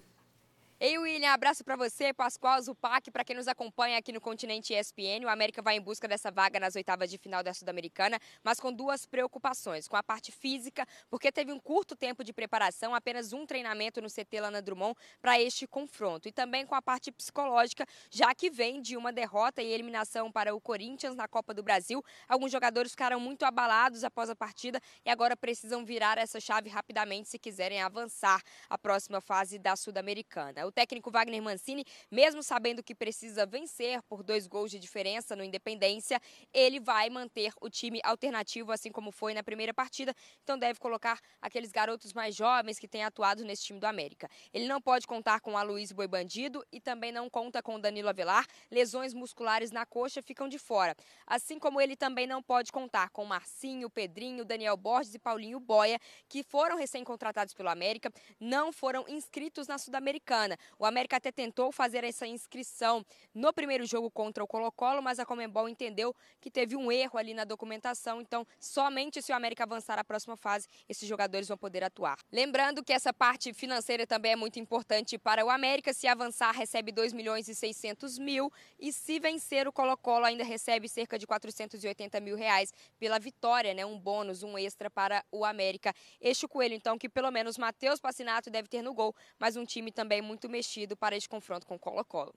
Speaker 5: Ei, William, abraço para você, Pascoal Zupac, para quem nos acompanha aqui no Continente ESPN. O América vai em busca dessa vaga nas oitavas de final da Sul-Americana, mas com duas preocupações. Com a parte física, porque teve um curto tempo de preparação, apenas um treinamento no CT Lana Drummond para este confronto. E também com a parte psicológica, já que vem de uma derrota e eliminação para o Corinthians na Copa do Brasil. Alguns jogadores ficaram muito abalados após a partida e agora precisam virar essa chave rapidamente se quiserem avançar a próxima fase da Sul-Americana. O técnico Wagner Mancini, mesmo sabendo que precisa vencer por dois gols de diferença no Independência, ele vai manter o time alternativo, assim como foi na primeira partida. Então deve colocar aqueles garotos mais jovens que têm atuado nesse time do América. Ele não pode contar com a Luiz Boi Bandido e também não conta com o Danilo Avelar. Lesões musculares na coxa ficam de fora. Assim como ele também não pode contar com Marcinho, Pedrinho, Daniel Borges e Paulinho Boia, que foram recém-contratados pelo América, não foram inscritos na Sudamericana. O América até tentou fazer essa inscrição no primeiro jogo contra o Colo-Colo, mas a Comembol entendeu que teve um erro ali na documentação, então somente se o América avançar à próxima fase, esses jogadores vão poder atuar. Lembrando que essa parte financeira também é muito importante para o América, se avançar recebe 2 milhões e 600 mil e se vencer o Colo-Colo ainda recebe cerca de 480 mil reais pela vitória, né? um bônus, um extra para o América. Este coelho então que pelo menos Matheus Passinato deve ter no gol, mas um time também muito mexido para este confronto com o Colo-Colo.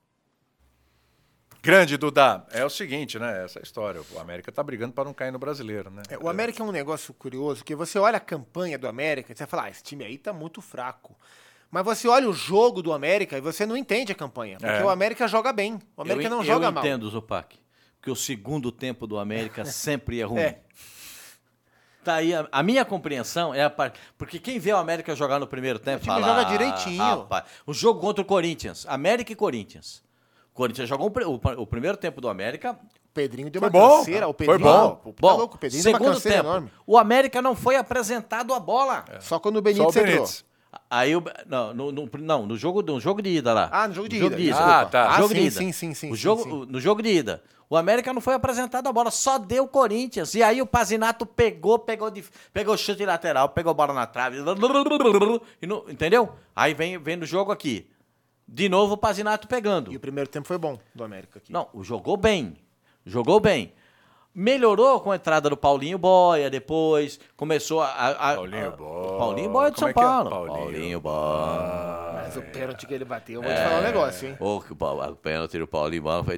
Speaker 1: Grande, Duda. É o seguinte, né? Essa história. O América tá brigando para não cair no brasileiro, né?
Speaker 3: É, o América é um negócio curioso, porque você olha a campanha do América e você fala, ah, esse time aí tá muito fraco. Mas você olha o jogo do América e você não entende a campanha. Porque
Speaker 1: É.
Speaker 3: o América joga bem. O América
Speaker 2: eu,
Speaker 3: não
Speaker 2: eu
Speaker 3: joga mal.
Speaker 2: entendo, Zupac, que o segundo tempo do América sempre é ruim.
Speaker 3: É.
Speaker 2: Tá aí a, a minha compreensão é a parte. Porque quem vê o América jogar no primeiro tempo.
Speaker 3: O time
Speaker 2: fala,
Speaker 3: joga
Speaker 2: "Ah,
Speaker 3: direitinho."
Speaker 2: rapaz." o jogo contra o Corinthians. América e Corinthians. O Corinthians jogou o pri- o, pa- o primeiro tempo do América.
Speaker 3: O Pedrinho deu
Speaker 1: Foi
Speaker 3: uma
Speaker 1: bom.
Speaker 3: canseira. O
Speaker 1: Foi
Speaker 3: Pedrinho,
Speaker 1: bom.
Speaker 3: Ó, o-
Speaker 2: Bom,
Speaker 3: tá louco, o Pedrinho deu uma
Speaker 2: segundo
Speaker 3: canseira É.
Speaker 2: tempo.
Speaker 3: enorme.
Speaker 2: O América não foi apresentado a bola.
Speaker 3: Só quando o
Speaker 1: Só o
Speaker 3: Benítez entrou.
Speaker 1: Benítez.
Speaker 2: Aí eu, não, no, no, não, no jogo, no jogo de ida lá.
Speaker 3: Ah, no jogo de ida.
Speaker 1: Ah,
Speaker 2: desculpa.
Speaker 1: tá.
Speaker 2: No
Speaker 1: Ah,
Speaker 2: jogo
Speaker 3: sim,
Speaker 2: de ida.
Speaker 3: sim, sim, sim,
Speaker 2: o
Speaker 3: sim,
Speaker 2: jogo,
Speaker 3: sim.
Speaker 2: o- No jogo de ida. O América não foi apresentado a bola, só deu o Corinthians. E aí o Pazinato pegou, pegou, de, pegou chute lateral, pegou bola na trave. e não- entendeu? Aí vem, vem no jogo aqui. De novo o Pazinato pegando.
Speaker 3: E o primeiro tempo foi bom do América aqui.
Speaker 2: Não, o jogou bem. Jogou bem. Melhorou com a entrada do Paulinho Boia depois. Começou a. a- a-
Speaker 1: Paulinho
Speaker 2: a-
Speaker 1: Boia.
Speaker 2: Paulinho Boia de
Speaker 1: Como
Speaker 2: São
Speaker 1: é que é?
Speaker 2: Paulo.
Speaker 1: Paulinho.
Speaker 2: Paulinho Boia.
Speaker 3: Mas o pênalti que ele bateu, eu
Speaker 1: É.
Speaker 3: vou te falar um negócio, hein?
Speaker 2: Ô, que pau- o pênalti do Paulinho Boia foi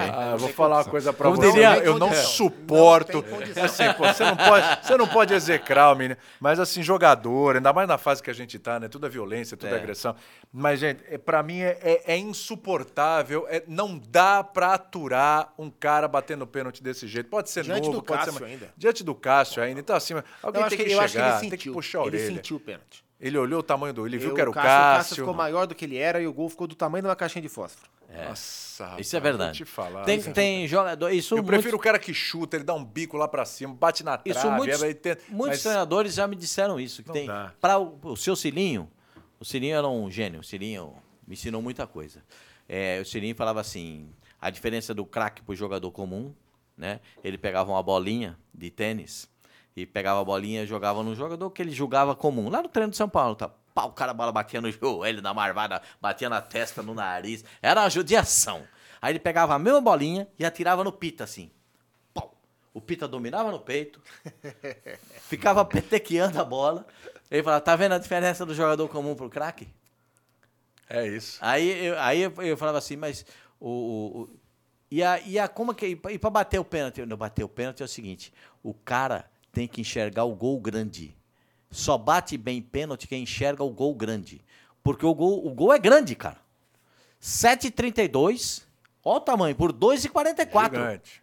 Speaker 2: hein?
Speaker 1: Ah, eu vou falar uma coisa pra
Speaker 2: Como
Speaker 1: você.
Speaker 2: diria-
Speaker 1: eu não
Speaker 3: condição.
Speaker 1: suporto.
Speaker 3: Não tem condição.
Speaker 1: assim, pô, você não pode, você não pode execrar o menino. Mas assim, jogador, ainda mais na fase que a gente tá, né? Tudo é violência, tudo é,
Speaker 2: É.
Speaker 1: agressão. Mas, gente, é, pra mim é, é- é insuportável. é- não dá pra aturar um cara batendo pênalti desse jeito. Pode ser
Speaker 3: Diante
Speaker 1: novo,
Speaker 3: do
Speaker 1: pode ser.
Speaker 3: Cássio
Speaker 1: mais-
Speaker 3: ainda.
Speaker 1: Diante do Cássio ainda. Então, assim, alguém
Speaker 3: eu
Speaker 1: tem
Speaker 3: acho que,
Speaker 1: que,
Speaker 3: ele- eu acho que ele
Speaker 1: chegar,
Speaker 3: sentiu.
Speaker 1: tem que puxar a orelha.
Speaker 3: Ele
Speaker 1: Ele,
Speaker 3: sentiu o pênalti.
Speaker 1: olhou o tamanho do. Ele viu
Speaker 3: Eu-
Speaker 1: que era o
Speaker 3: Cássio,
Speaker 1: Cássio.
Speaker 3: ficou maior do que ele era e o gol ficou do tamanho de uma caixinha de fósforo.
Speaker 1: Nossa,
Speaker 2: Isso é
Speaker 1: rapaz, vou
Speaker 2: verdade.
Speaker 1: te falar,
Speaker 2: tem,
Speaker 1: cara.
Speaker 2: tem jogador. Isso
Speaker 1: Eu
Speaker 2: muito-
Speaker 1: prefiro o cara que chuta, ele dá um bico lá pra cima, bate na trave.
Speaker 2: Isso muitos,
Speaker 1: aí tem-
Speaker 2: muitos
Speaker 1: mas-
Speaker 2: treinadores já me disseram isso. Que
Speaker 1: Não
Speaker 2: tem
Speaker 1: dá.
Speaker 2: para o, o seu Cilinho, o Cilinho era um gênio. O Cilinho me ensinou muita coisa. É, o Cilinho falava assim: a diferença do craque pro jogador comum, né? Ele pegava uma bolinha de tênis e pegava a bolinha e jogava no jogador que ele julgava comum. Lá no treino de São Paulo, tá? Pá, o cara a bola batia no joelho, na marvada, batia na testa, no nariz. Era uma judiação. Aí ele pegava a mesma bolinha e atirava no pita, assim. Pau. O Pita dominava no peito, ficava petequeando a bola. Ele falava, tá vendo a diferença do jogador comum pro craque?
Speaker 1: É isso.
Speaker 2: Aí, eu, aí eu, eu falava assim, mas o... o- o- e, a, e a como que... E pra- e pra bater o pênalti? Eu, Não, bater o pênalti é o seguinte, o cara tem que enxergar o gol grande. Só bate bem pênalti quem enxerga o gol grande. Porque o gol, o gol é grande, cara. 7,32, olha o tamanho, por 2,44.
Speaker 1: é Gigante.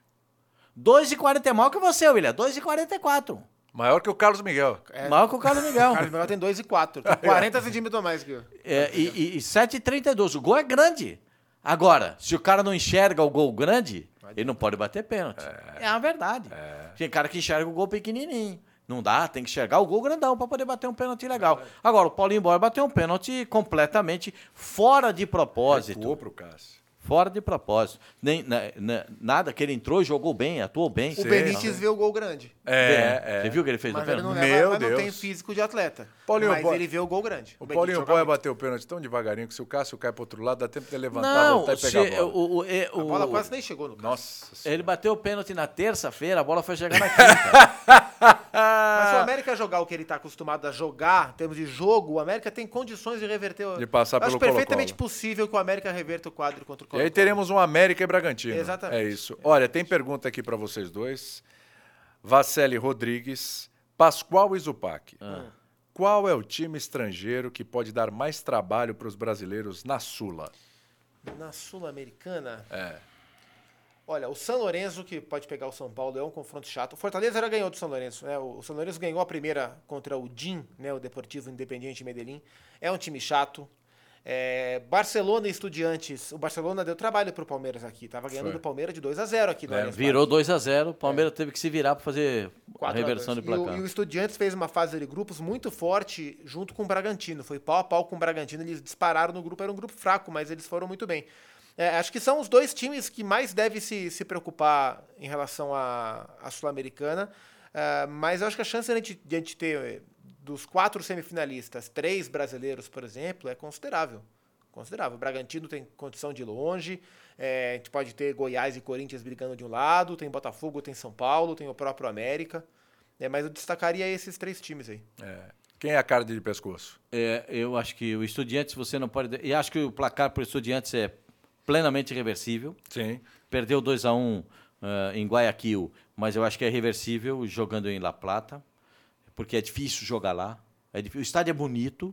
Speaker 2: 2,40 é maior que você, William. 2,44.
Speaker 1: Maior que o Carlos Miguel.
Speaker 2: Maior que o Carlos Miguel.
Speaker 3: O Carlos Miguel tem 2 e 4. Tem 40 centímetros a mais que eu.
Speaker 2: É, e, e, e 7,32. O gol é grande. Agora, se o cara não enxerga o gol grande, ele não pode bater pênalti. É, a verdade. Tem cara que enxerga o gol pequenininho. Não dá, tem que enxergar o gol grandão para poder bater um pênalti legal. Agora, o Paulinho Boia bateu um pênalti completamente fora de propósito.
Speaker 1: Recuou pro Cássio.
Speaker 2: Fora de propósito. Nem, na- na- nada que ele entrou, jogou bem, atuou bem.
Speaker 3: O Benítez vê o gol grande.
Speaker 1: É, é.
Speaker 2: Você viu o que ele fez no
Speaker 3: Mas ele
Speaker 2: pênalti?
Speaker 3: não,
Speaker 1: Meu
Speaker 3: leva, mas não
Speaker 1: Deus.
Speaker 3: tem físico de atleta.
Speaker 1: Paulinho
Speaker 3: mas
Speaker 1: Boy-
Speaker 3: ele vê o gol grande.
Speaker 1: O
Speaker 3: Benítez
Speaker 1: Paulinho é
Speaker 3: joga
Speaker 1: Boia
Speaker 3: muito.
Speaker 1: bateu o pênalti tão devagarinho que se o Cássio cai pro outro lado, dá tempo dele levantar,
Speaker 2: Não,
Speaker 1: voltar e
Speaker 2: se-
Speaker 1: pegar a bola.
Speaker 2: o, o- é,
Speaker 3: A bola
Speaker 2: o-
Speaker 3: quase nem chegou no cara.
Speaker 1: Nossa
Speaker 2: Ele
Speaker 1: Senhora.
Speaker 2: bateu o pênalti na terça-feira, a bola foi chegar na quinta.
Speaker 1: Ah.
Speaker 3: Mas se o América jogar o que ele está acostumado a jogar, em termos de jogo, o América tem condições de reverter. o-
Speaker 1: De passar
Speaker 3: Eu Acho
Speaker 1: pelo
Speaker 3: perfeitamente
Speaker 1: Colo-Colo.
Speaker 3: possível que o América reverta o quadro contra o
Speaker 1: E
Speaker 3: Colo
Speaker 1: aí teremos um América e Bragantino.
Speaker 3: Exatamente.
Speaker 1: É isso. Olha, tem pergunta aqui pra vocês dois. Vasseli Rodrigues, Pascoal e Zupac. Qual é o time estrangeiro que pode dar mais trabalho pros brasileiros na Sula?
Speaker 3: Na Sul-Americana...
Speaker 1: É.
Speaker 3: Olha, o São Lourenço, que pode pegar o São Paulo, é um confronto chato. O Fortaleza já ganhou do São Lourenço, né? O São Lourenço ganhou a primeira contra o DIN, né? O Deportivo Independiente Medellín. É um time chato. É, Barcelona e Estudiantes. O Barcelona deu trabalho pro Palmeiras aqui. Tava ganhando
Speaker 1: Foi.
Speaker 3: do Palmeiras de 2 a 0 aqui né? no Allianz Parque.
Speaker 2: É, Virou 2 a 0 o Palmeiras teve que se virar para fazer É. a
Speaker 3: 4 a
Speaker 2: reversão de
Speaker 3: 2. E o-
Speaker 2: placar.
Speaker 3: E o, Estudiantes fez uma fase de grupos muito forte junto com o Bragantino. Foi pau a pau com o Bragantino. Eles dispararam no grupo, era um grupo fraco, mas eles foram muito bem. É, acho que são os dois times que mais devem se, se preocupar em relação à, à Sul-Americana. Ah, mas eu acho que a chance de a gente, de a gente ter eh, dos quatro semifinalistas, três brasileiros, por exemplo, é considerável. Considerável. O Bragantino tem condição de ir longe. é, a gente pode ter Goiás e Corinthians brigando de um lado, tem Botafogo, tem São Paulo, tem o próprio América. É, mas eu destacaria esses três times aí.
Speaker 1: Quem é a cara de pescoço?
Speaker 2: É, eu acho que o Estudiantes você não pode. E acho que o placar para o Estudiantes é plenamente reversível.
Speaker 1: Sim.
Speaker 2: Perdeu 2 a 1 eh, em Guayaquil, mas eu acho que é reversível jogando em La Plata, porque é difícil jogar lá. É difí- O estádio é bonito.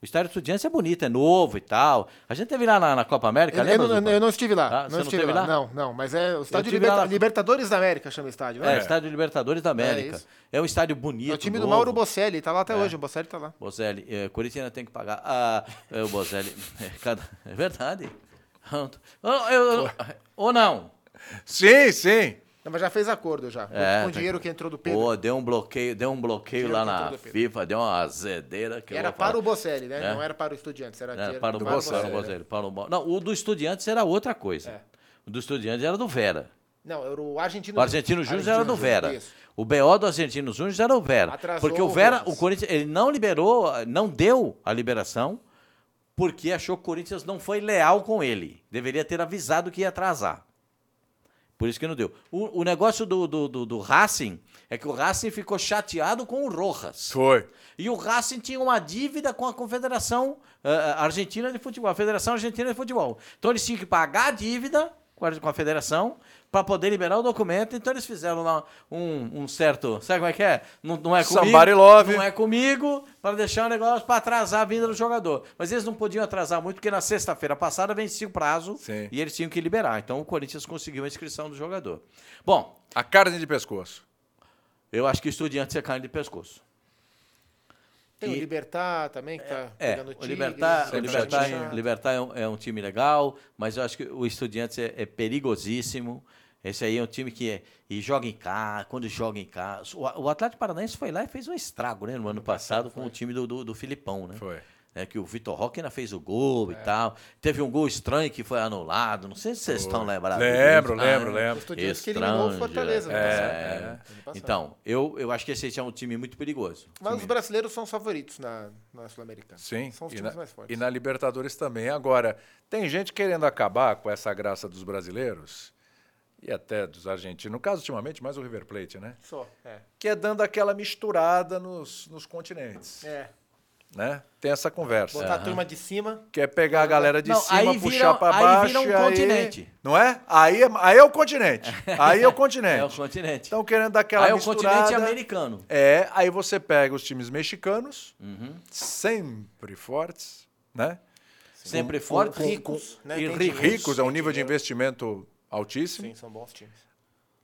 Speaker 2: O estádio do Estudiantes é bonito, é novo e tal. A gente teve lá na, na Copa América, lembra? Zupan?
Speaker 3: estive lá.
Speaker 2: Ah, você não teve lá?
Speaker 3: Não, não. Mas é o estádio
Speaker 2: tive lá
Speaker 3: Liberta-
Speaker 2: na-
Speaker 3: Libertadores da América, chama o estádio,
Speaker 2: É,
Speaker 3: né?
Speaker 2: estádio Libertadores da América.
Speaker 3: isso.
Speaker 2: É, um estádio bonito.
Speaker 3: É o time do
Speaker 2: novo.
Speaker 3: Mauro Bocelli, tá lá
Speaker 2: É.
Speaker 3: até hoje, o Bocelli tá lá.
Speaker 2: Bozelli, é, Corinthians ainda tem que pagar. Ah, é, o Bozelli. É, cada- é verdade. Eu- eu- eu- ou não?
Speaker 1: Sim, sim.
Speaker 3: Não, mas já fez acordo já.
Speaker 2: É,
Speaker 3: com o
Speaker 2: tá-
Speaker 3: dinheiro que entrou do Pedro.
Speaker 2: Pô, deu um bloqueio, deu um bloqueio
Speaker 3: Dinheiro
Speaker 2: lá
Speaker 3: que
Speaker 2: na
Speaker 3: entrou do Pedro.
Speaker 2: FIFA, deu uma azedeira que eu
Speaker 3: era
Speaker 2: vou falar.
Speaker 3: para o Bocelli, né?
Speaker 2: É.
Speaker 3: Não era para o Estudiantes, era
Speaker 2: Era
Speaker 3: dinheiro
Speaker 2: para o
Speaker 3: do
Speaker 2: Bolsonaro,
Speaker 3: Bocelli, né?
Speaker 2: Bolsonaro, para o Bo- Não, o do Estudiantes era outra coisa.
Speaker 3: É.
Speaker 2: O do Estudiantes era do Vera.
Speaker 3: Não, era o Argentino
Speaker 2: O Argentino Júnior era do
Speaker 3: Argentino
Speaker 2: Vera.
Speaker 3: Isso.
Speaker 2: O BO do Argentino Júnior era o Vera.
Speaker 3: Atrasou
Speaker 2: porque o
Speaker 3: o
Speaker 2: Vera,
Speaker 3: Rojas.
Speaker 2: o Corinthians, ele não liberou, não deu a liberação, porque achou que o Corinthians não foi leal com ele. Deveria ter avisado que ia atrasar. Por isso que não deu. O, o negócio do, do, do- do Racing é que o Racing ficou chateado com o Rojas.
Speaker 1: Foi.
Speaker 2: E o Racing tinha uma dívida com a Confederação eh, Argentina de Futebol, a Federação Argentina de Futebol. Então eles tinham que pagar a dívida com a, com a Federação para poder liberar o documento. Então eles fizeram lá um, um certo. Sabe como é que é? Não, não é comigo.
Speaker 1: Somebody love.
Speaker 2: Não é comigo, para deixar o negócio para atrasar a vinda do jogador. Mas eles não podiam atrasar muito, porque na sexta-feira passada vencia o prazo
Speaker 1: Sim.
Speaker 2: e eles tinham que liberar. Então o Corinthians conseguiu a inscrição do jogador. Bom,
Speaker 1: A carne de pescoço.
Speaker 2: eu acho que o estudiante é carne de pescoço.
Speaker 3: Tem
Speaker 2: E-
Speaker 3: o Libertar também, que tá
Speaker 2: É,
Speaker 3: pegando
Speaker 2: o
Speaker 3: Tigres,
Speaker 2: Libertar, o
Speaker 1: sempre
Speaker 2: Libertar,
Speaker 1: chatinho.
Speaker 2: Libertar é, um, é um time legal, mas eu acho que o Estudiantes é, é perigosíssimo. Esse aí é um time que é- e joga em casa, quando joga em casa. O, o Atlético Paranaense foi lá e fez um estrago né, no ano passado com o time do, do, do Filipão, né?
Speaker 1: Foi.
Speaker 2: É, que o Vitor Roque ainda fez o gol e
Speaker 1: É.
Speaker 2: tal. Teve um gol estranho que foi anulado. Não sei se vocês estão lembrados. disso,
Speaker 1: Lembro,
Speaker 2: né?
Speaker 1: lembro, lembro.
Speaker 3: O Estudiantes que eliminou o Fortaleza. né? no
Speaker 1: É,
Speaker 3: passado.
Speaker 1: é.
Speaker 3: Ano passado.
Speaker 2: Então, eu, eu acho que esse é um time muito perigoso.
Speaker 3: Mas os brasileiros são os favoritos na, na Sul-Americana.
Speaker 1: Sim.
Speaker 3: São os
Speaker 1: e,
Speaker 3: times
Speaker 1: na,
Speaker 3: mais
Speaker 1: e
Speaker 3: fortes.
Speaker 1: na Libertadores também. Agora, tem gente querendo acabar com essa graça dos brasileiros e até dos argentinos. No caso, ultimamente, mais o River Plate, né?
Speaker 3: Só, é.
Speaker 1: Que é dando aquela misturada nos, nos continentes.
Speaker 3: É.
Speaker 1: Né? Tem essa conversa.
Speaker 3: Botar a turma de cima.
Speaker 1: Quer pegar a galera de
Speaker 2: Não,
Speaker 1: cima,
Speaker 2: aí
Speaker 1: puxar
Speaker 2: vira-
Speaker 1: pra
Speaker 2: aí
Speaker 1: baixo.
Speaker 2: vira um
Speaker 1: e
Speaker 2: continente.
Speaker 1: Não é? Aí, é- aí é o continente. Aí é o continente.
Speaker 2: É o continente.
Speaker 1: Estão querendo dar aquela
Speaker 2: aí é o
Speaker 1: misturada.
Speaker 2: continente americano.
Speaker 1: É, aí você pega os times mexicanos,
Speaker 2: Uhum.
Speaker 1: sempre fortes, né?
Speaker 2: Sempre forte,
Speaker 3: ricos, né?
Speaker 2: e
Speaker 3: Tem
Speaker 2: ricos.
Speaker 3: dinheiro.
Speaker 1: Ricos, é um
Speaker 3: Tem
Speaker 1: nível de
Speaker 3: dinheiro.
Speaker 1: investimento altíssimo.
Speaker 3: Sim, são bons times.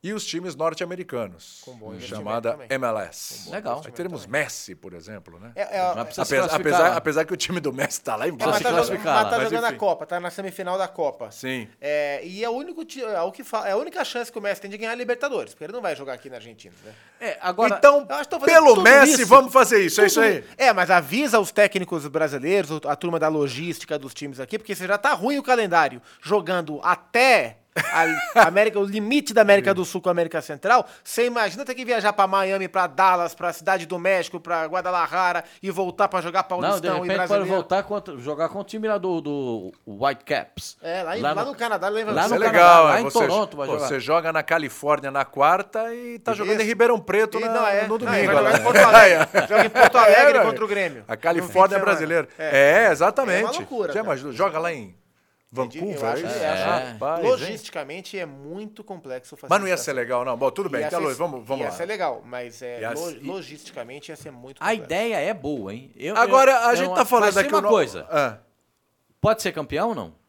Speaker 1: E os times norte-americanos, Uhum.
Speaker 3: Com bom investimento
Speaker 1: chamada
Speaker 3: também.
Speaker 1: MLS.
Speaker 2: Legal.
Speaker 1: Aí teremos Messi, por exemplo, né?
Speaker 3: É, é,
Speaker 2: Mas precisa se
Speaker 1: Apesar,
Speaker 2: classificar,
Speaker 1: apesar-
Speaker 2: né?
Speaker 1: apesar que o time do Messi tá lá
Speaker 3: É, mas
Speaker 1: embaixo.
Speaker 2: se
Speaker 3: tá, jogando,
Speaker 2: classificar lá.
Speaker 3: mas tá
Speaker 1: Mas
Speaker 3: jogando a
Speaker 1: enfim.
Speaker 3: Copa, tá na semifinal da Copa.
Speaker 1: Sim.
Speaker 3: É, e é o único ti- é o que fa- é a única chance que o Messi tem de ganhar a Libertadores, porque ele não vai jogar aqui na Argentina, né?
Speaker 2: É, agora,
Speaker 1: então,
Speaker 3: eu acho que tô fazendo
Speaker 1: pelo
Speaker 3: tudo
Speaker 1: Messi,
Speaker 3: isso.
Speaker 1: vamos fazer isso, é isso aí.
Speaker 3: É, mas avisa os técnicos brasileiros, o- a turma da logística dos times aqui, porque você já tá ruim o calendário, jogando até a América, o limite da América do Sul com a América Central. Você imagina ter que viajar pra Miami, pra Dallas, pra Cidade do México, pra Guadalajara e voltar pra jogar
Speaker 2: não, de
Speaker 3: Paulistão e
Speaker 2: repente pode
Speaker 3: Brasileiro.
Speaker 2: voltar contra, jogar com o time lá do, do Whitecaps.
Speaker 3: É, lá, em- lá Tá no, Canadá, lá em
Speaker 2: lá
Speaker 1: Isso
Speaker 2: no
Speaker 1: é
Speaker 3: Vancouver.
Speaker 2: Canadá,
Speaker 1: legal,
Speaker 2: lá
Speaker 1: é,
Speaker 2: em
Speaker 1: você,
Speaker 2: Toronto vai
Speaker 1: pô,
Speaker 2: jogar.
Speaker 1: você joga na Califórnia na quarta e tá jogando em
Speaker 3: Isso.
Speaker 1: Ribeirão Preto
Speaker 3: E
Speaker 1: na-
Speaker 3: não é.
Speaker 1: no
Speaker 3: Não,
Speaker 1: domingo.
Speaker 3: ele vai jogar
Speaker 1: né?
Speaker 3: em Porto Alegre. Joga em Porto Alegre
Speaker 1: meu
Speaker 3: contra o Grêmio.
Speaker 1: É, A
Speaker 3: No fim de
Speaker 1: Califórnia é
Speaker 3: semana.
Speaker 1: brasileira.
Speaker 3: É.
Speaker 1: É, exatamente.
Speaker 3: É uma loucura,
Speaker 1: Já
Speaker 3: cara.
Speaker 1: imaginou? Joga lá em
Speaker 3: Eu
Speaker 1: Vancouver.
Speaker 3: acho
Speaker 1: isso?
Speaker 3: que é, acho que
Speaker 1: Rapaz, hein?
Speaker 3: Logisticamente é muito complexo fazer
Speaker 1: Mas não ia
Speaker 3: isso.
Speaker 1: ser legal, não. Bom, tudo bem,
Speaker 3: assim,
Speaker 1: até
Speaker 3: Ia ser-
Speaker 1: luz, vamos, vamos
Speaker 3: ia
Speaker 1: lá.
Speaker 3: ser legal, mas é,
Speaker 1: Ia
Speaker 3: lo-
Speaker 1: ser-
Speaker 3: logisticamente ia ser muito
Speaker 2: A
Speaker 3: complexo.
Speaker 2: ideia é boa, hein? Eu-
Speaker 1: Agora,
Speaker 2: eu-
Speaker 1: a
Speaker 2: eu
Speaker 1: gente tá
Speaker 2: acho-
Speaker 1: falando
Speaker 2: mas tem
Speaker 1: aqui...
Speaker 2: uma
Speaker 1: o no-
Speaker 2: coisa,
Speaker 1: Ah,
Speaker 2: pode ser campeão ou não?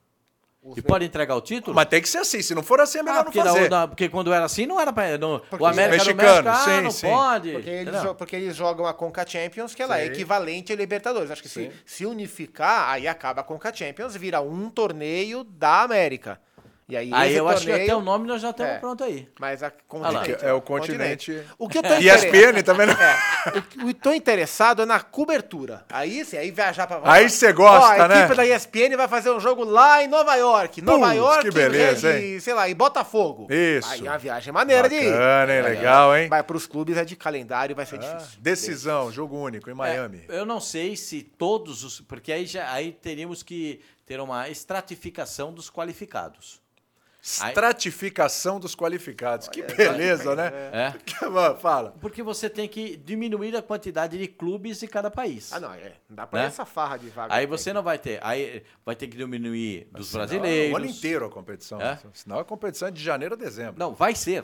Speaker 3: Os
Speaker 2: E
Speaker 3: me-
Speaker 2: pode entregar o título?
Speaker 1: mas tem que ser assim, se não for assim é melhor
Speaker 2: Ah,
Speaker 1: não
Speaker 2: porque, da-
Speaker 1: fazer. é
Speaker 2: da- porque quando era assim, não era pra... não- o
Speaker 3: Porque-
Speaker 2: América do
Speaker 1: Mexicano,
Speaker 2: México, ah,
Speaker 1: sim,
Speaker 2: não
Speaker 1: sim.
Speaker 2: pode.
Speaker 3: Porque eles,
Speaker 2: entendeu?
Speaker 3: jo- porque eles jogam a Conca Champions, que ela é
Speaker 1: Sim.
Speaker 3: equivalente à Libertadores. Acho que se,
Speaker 1: Sim.
Speaker 3: se unificar, aí acaba a Conca Champions, vira um torneio da América. E aí,
Speaker 2: Aí
Speaker 3: esse
Speaker 2: eu acho que
Speaker 3: torneio-
Speaker 2: até o nome nós já temos
Speaker 3: É.
Speaker 2: pronto aí.
Speaker 3: Mas a
Speaker 2: lá.
Speaker 3: continente.
Speaker 1: É o continente.
Speaker 3: O que eu tô
Speaker 1: E ESPN também não...
Speaker 3: É, o que eu tô interessado é na cobertura. Aí sim, aí viajar pra.
Speaker 1: Aí você gosta,
Speaker 3: Ó, a
Speaker 1: né?
Speaker 3: equipe da ESPN vai fazer um jogo lá em Nova York. Nova
Speaker 1: Putz,
Speaker 3: York, né,
Speaker 1: que beleza,
Speaker 3: e, sei lá, e Botafogo.
Speaker 1: Isso.
Speaker 3: Aí é uma viagem maneira de ir.
Speaker 1: Bacana, hein? Legal, hein? Ah,
Speaker 3: Mas pros clubes é de calendário, vai ser difícil.
Speaker 1: Decisão, jogo único em
Speaker 3: É.
Speaker 1: Miami.
Speaker 2: É, Eu não sei se todos os. Porque aí, já, aí teríamos que ter uma estratificação dos qualificados.
Speaker 1: Estratificação dos qualificados. Que
Speaker 3: é
Speaker 1: beleza, né?
Speaker 2: É.
Speaker 1: Fala.
Speaker 2: Porque você tem que diminuir a quantidade de clubes de cada país.
Speaker 3: Ah, não, é. Não dá pra
Speaker 2: Né?
Speaker 3: ir essa farra de vaga.
Speaker 2: Aí
Speaker 3: que tem.
Speaker 2: você não vai ter. Aí vai ter que diminuir dos
Speaker 1: Não,
Speaker 2: brasileiros.
Speaker 1: O ano inteiro a competição.
Speaker 2: É?
Speaker 1: Senão a competição é de janeiro a dezembro.
Speaker 2: Não, vai ser.